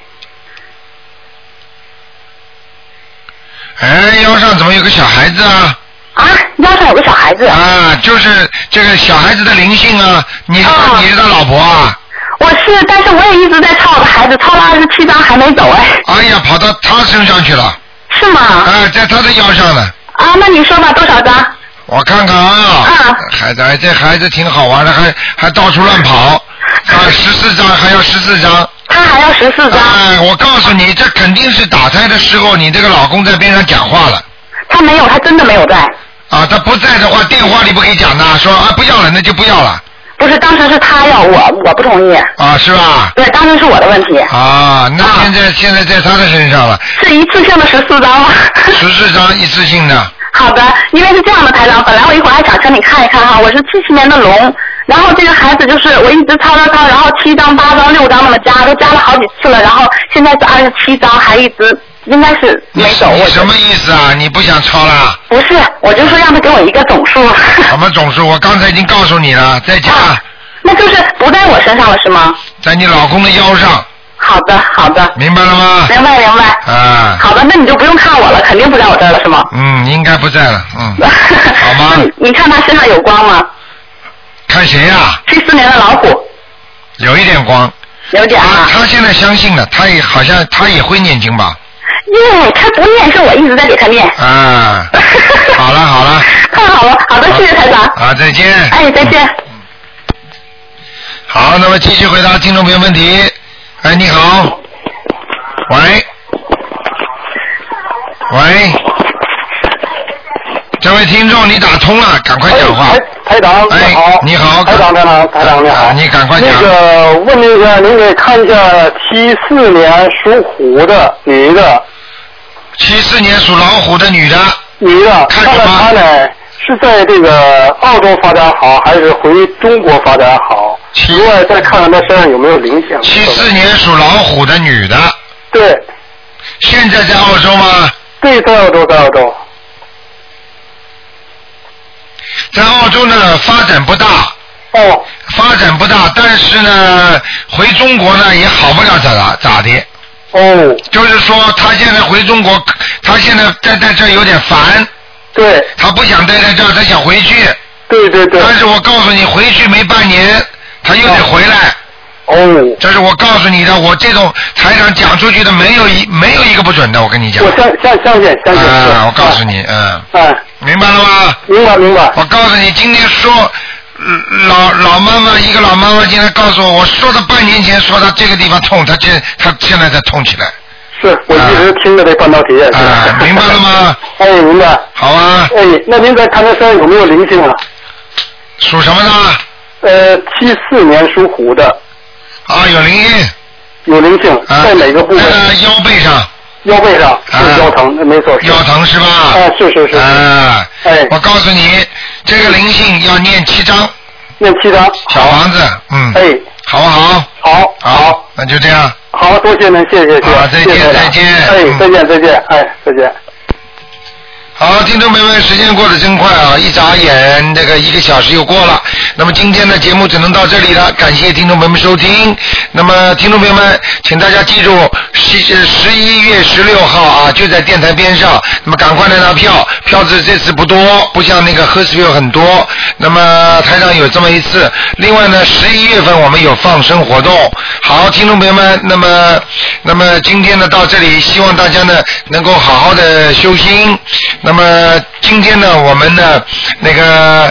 [SPEAKER 1] 哎，腰上怎么有个小孩子啊？
[SPEAKER 4] 啊，腰上有个小孩子
[SPEAKER 1] 啊，就是这个小孩子的灵性啊，你是他、你是他老婆啊？
[SPEAKER 4] 我是，但是我也一直在抄我的孩子，抄了二十七张还没走哎，
[SPEAKER 1] [LAUGHS] 哎呀，跑到他身上去了。
[SPEAKER 4] 是吗？
[SPEAKER 1] 啊，在他的腰上呢。
[SPEAKER 4] 啊，那你说吧，多少张？
[SPEAKER 1] 我看看啊，孩子，哎这孩子挺好玩的，还还到处乱跑， [LAUGHS] 啊，十四张还要十四张，
[SPEAKER 4] 他还要十四
[SPEAKER 1] 张。哎，我告诉你，这肯定是打胎的时候，你这个老公在边上讲话了。
[SPEAKER 4] 他没有，他真的没有在。
[SPEAKER 1] 啊，他不在的话，电话里不可以讲的，说啊不要了，那就不要了。
[SPEAKER 4] 不是，当时是他要我，我不同意。
[SPEAKER 1] 啊，是吧？
[SPEAKER 4] 对，当时是我的问题。
[SPEAKER 1] 啊，那现在、现在在他的身 [LAUGHS] 上了。
[SPEAKER 4] 是一次性的十四张吗？
[SPEAKER 1] 十四张一次性的，
[SPEAKER 4] 好的，因为是这样的，台长，本来我一会儿还想请你看一看哈，我是七七年的龙，然后这个孩子就是我一直抄抄抄，然后七张、八张、六张那么加，都加了好几次了，然后现在是二十七张，还一直应该是
[SPEAKER 1] 你
[SPEAKER 4] 没走。
[SPEAKER 1] 你
[SPEAKER 4] 我
[SPEAKER 1] 什么意思啊？你不想抄 [LAUGHS] 啦？
[SPEAKER 4] 不是，我就说让他给我一个总数，
[SPEAKER 1] 什么总数？我刚才已经告诉你了，再加。
[SPEAKER 4] [LAUGHS] 那就是不在我身上了是吗？
[SPEAKER 1] 在你老公的腰上。
[SPEAKER 4] 好的，好的。
[SPEAKER 1] 明白了吗？
[SPEAKER 4] 明白明白。
[SPEAKER 1] 啊。
[SPEAKER 4] 好的，那你就不用看我了，肯定不在我这儿了是吗？
[SPEAKER 1] 嗯，应该不在了，
[SPEAKER 4] [LAUGHS]
[SPEAKER 1] 嗯。
[SPEAKER 4] 好吗？ [LAUGHS] 你看他身上有光吗？
[SPEAKER 1] 看谁呀、
[SPEAKER 4] 七四年的老虎。
[SPEAKER 1] 有一点光。
[SPEAKER 4] 有点
[SPEAKER 1] 啊。他现在相信了，他也好像他也会念经吧？
[SPEAKER 4] 耶，他不念，是我一直在给他念。
[SPEAKER 1] 啊。好了好了。
[SPEAKER 4] 太 [LAUGHS] 好了，好的，谢谢台长。
[SPEAKER 1] 啊，再见。嗯
[SPEAKER 4] 哎，再见。
[SPEAKER 1] 好，那么继续回答听众朋友问题。哎，你好。喂。喂。这位听众，你打通了，赶快讲
[SPEAKER 4] 哎
[SPEAKER 1] 话。
[SPEAKER 7] 哎
[SPEAKER 1] 哎
[SPEAKER 7] 台长，你好，你好，台长，台长，台长，你好，
[SPEAKER 1] 嗯你赶快
[SPEAKER 7] 那个问那个，您给看一下七四年属虎的女的，
[SPEAKER 1] 七四年属老虎的女的，
[SPEAKER 7] 女的，看看她呢是在这个澳洲发展好，还是回中国发展好？另外再看看她身上有没有灵性。
[SPEAKER 1] 七四年属老虎的女的。
[SPEAKER 7] 对。
[SPEAKER 1] 现在在澳洲吗？
[SPEAKER 7] 对，在澳洲，在澳洲。
[SPEAKER 1] 在澳洲呢发展不大。
[SPEAKER 7] 哦。
[SPEAKER 1] 发展不大，但是呢，回中国呢也好不了咋咋咋的。
[SPEAKER 7] 哦。
[SPEAKER 1] 就是说，他现在回中国，他现在在在这儿有点烦。
[SPEAKER 7] 对。
[SPEAKER 1] 他不想待在这儿，他想回去。
[SPEAKER 7] 对对对。
[SPEAKER 1] 但是我告诉你，回去没半年，他又得回来。
[SPEAKER 7] 哦。
[SPEAKER 1] 这是我告诉你的，我这种台长讲出去的，没有一没有一个不准的，我跟你讲。
[SPEAKER 7] 我相相相信相信。
[SPEAKER 1] 啊，我告诉你，哦嗯。
[SPEAKER 7] 嗯。
[SPEAKER 1] 明白了吗？
[SPEAKER 7] 明白明白。
[SPEAKER 1] 我告诉你，今天说。嗯老老妈妈，一个老妈妈今天告诉我，我说她半年前说她这个地方痛，她现她现在才痛起来，
[SPEAKER 7] 是我一直听着这半导体。啊，
[SPEAKER 1] 明白了吗？
[SPEAKER 7] 哎，明白。
[SPEAKER 1] 好啊。
[SPEAKER 7] 哎，那您再看他身上有没有灵性啊？
[SPEAKER 1] 属什么的？
[SPEAKER 7] 呃，七四年属虎的。
[SPEAKER 1] 啊，有灵性。
[SPEAKER 7] 有灵性，
[SPEAKER 1] 啊
[SPEAKER 7] 在哪个部位？
[SPEAKER 1] 腰背上。
[SPEAKER 7] 腰背上是腰疼，没错。
[SPEAKER 1] 啊腰疼是吧？
[SPEAKER 7] 啊，是是是。
[SPEAKER 1] 啊。
[SPEAKER 7] 哎。
[SPEAKER 1] 我告诉你，这个灵性要念七章。
[SPEAKER 7] 念七章。
[SPEAKER 1] 小房子，嗯。
[SPEAKER 7] 哎。
[SPEAKER 1] 好不好？
[SPEAKER 7] 好。
[SPEAKER 1] 好，那就这样。
[SPEAKER 7] 好，多谢您，谢谢谢谢。
[SPEAKER 1] 啊再见
[SPEAKER 7] 谢谢
[SPEAKER 1] 再见嗯
[SPEAKER 7] 哎，再见再见，哎，再见。
[SPEAKER 1] 好，听众朋友们，时间过得真快啊，一眨眼这个一个小时又过了。那么今天的节目只能到这里了，感谢听众朋友们收听。那么听众朋友们，请大家记住，十十一月十六号啊，就在电台边上，那么赶快来拿票，票子这次不多，不像那个喝水有很多。那么台上有这么一次，另外呢，十一月份我们有放生活动。好，听众朋友们，那么那么今天呢到这里，希望大家呢能够好好的修心。那么今天呢，我们呢那个。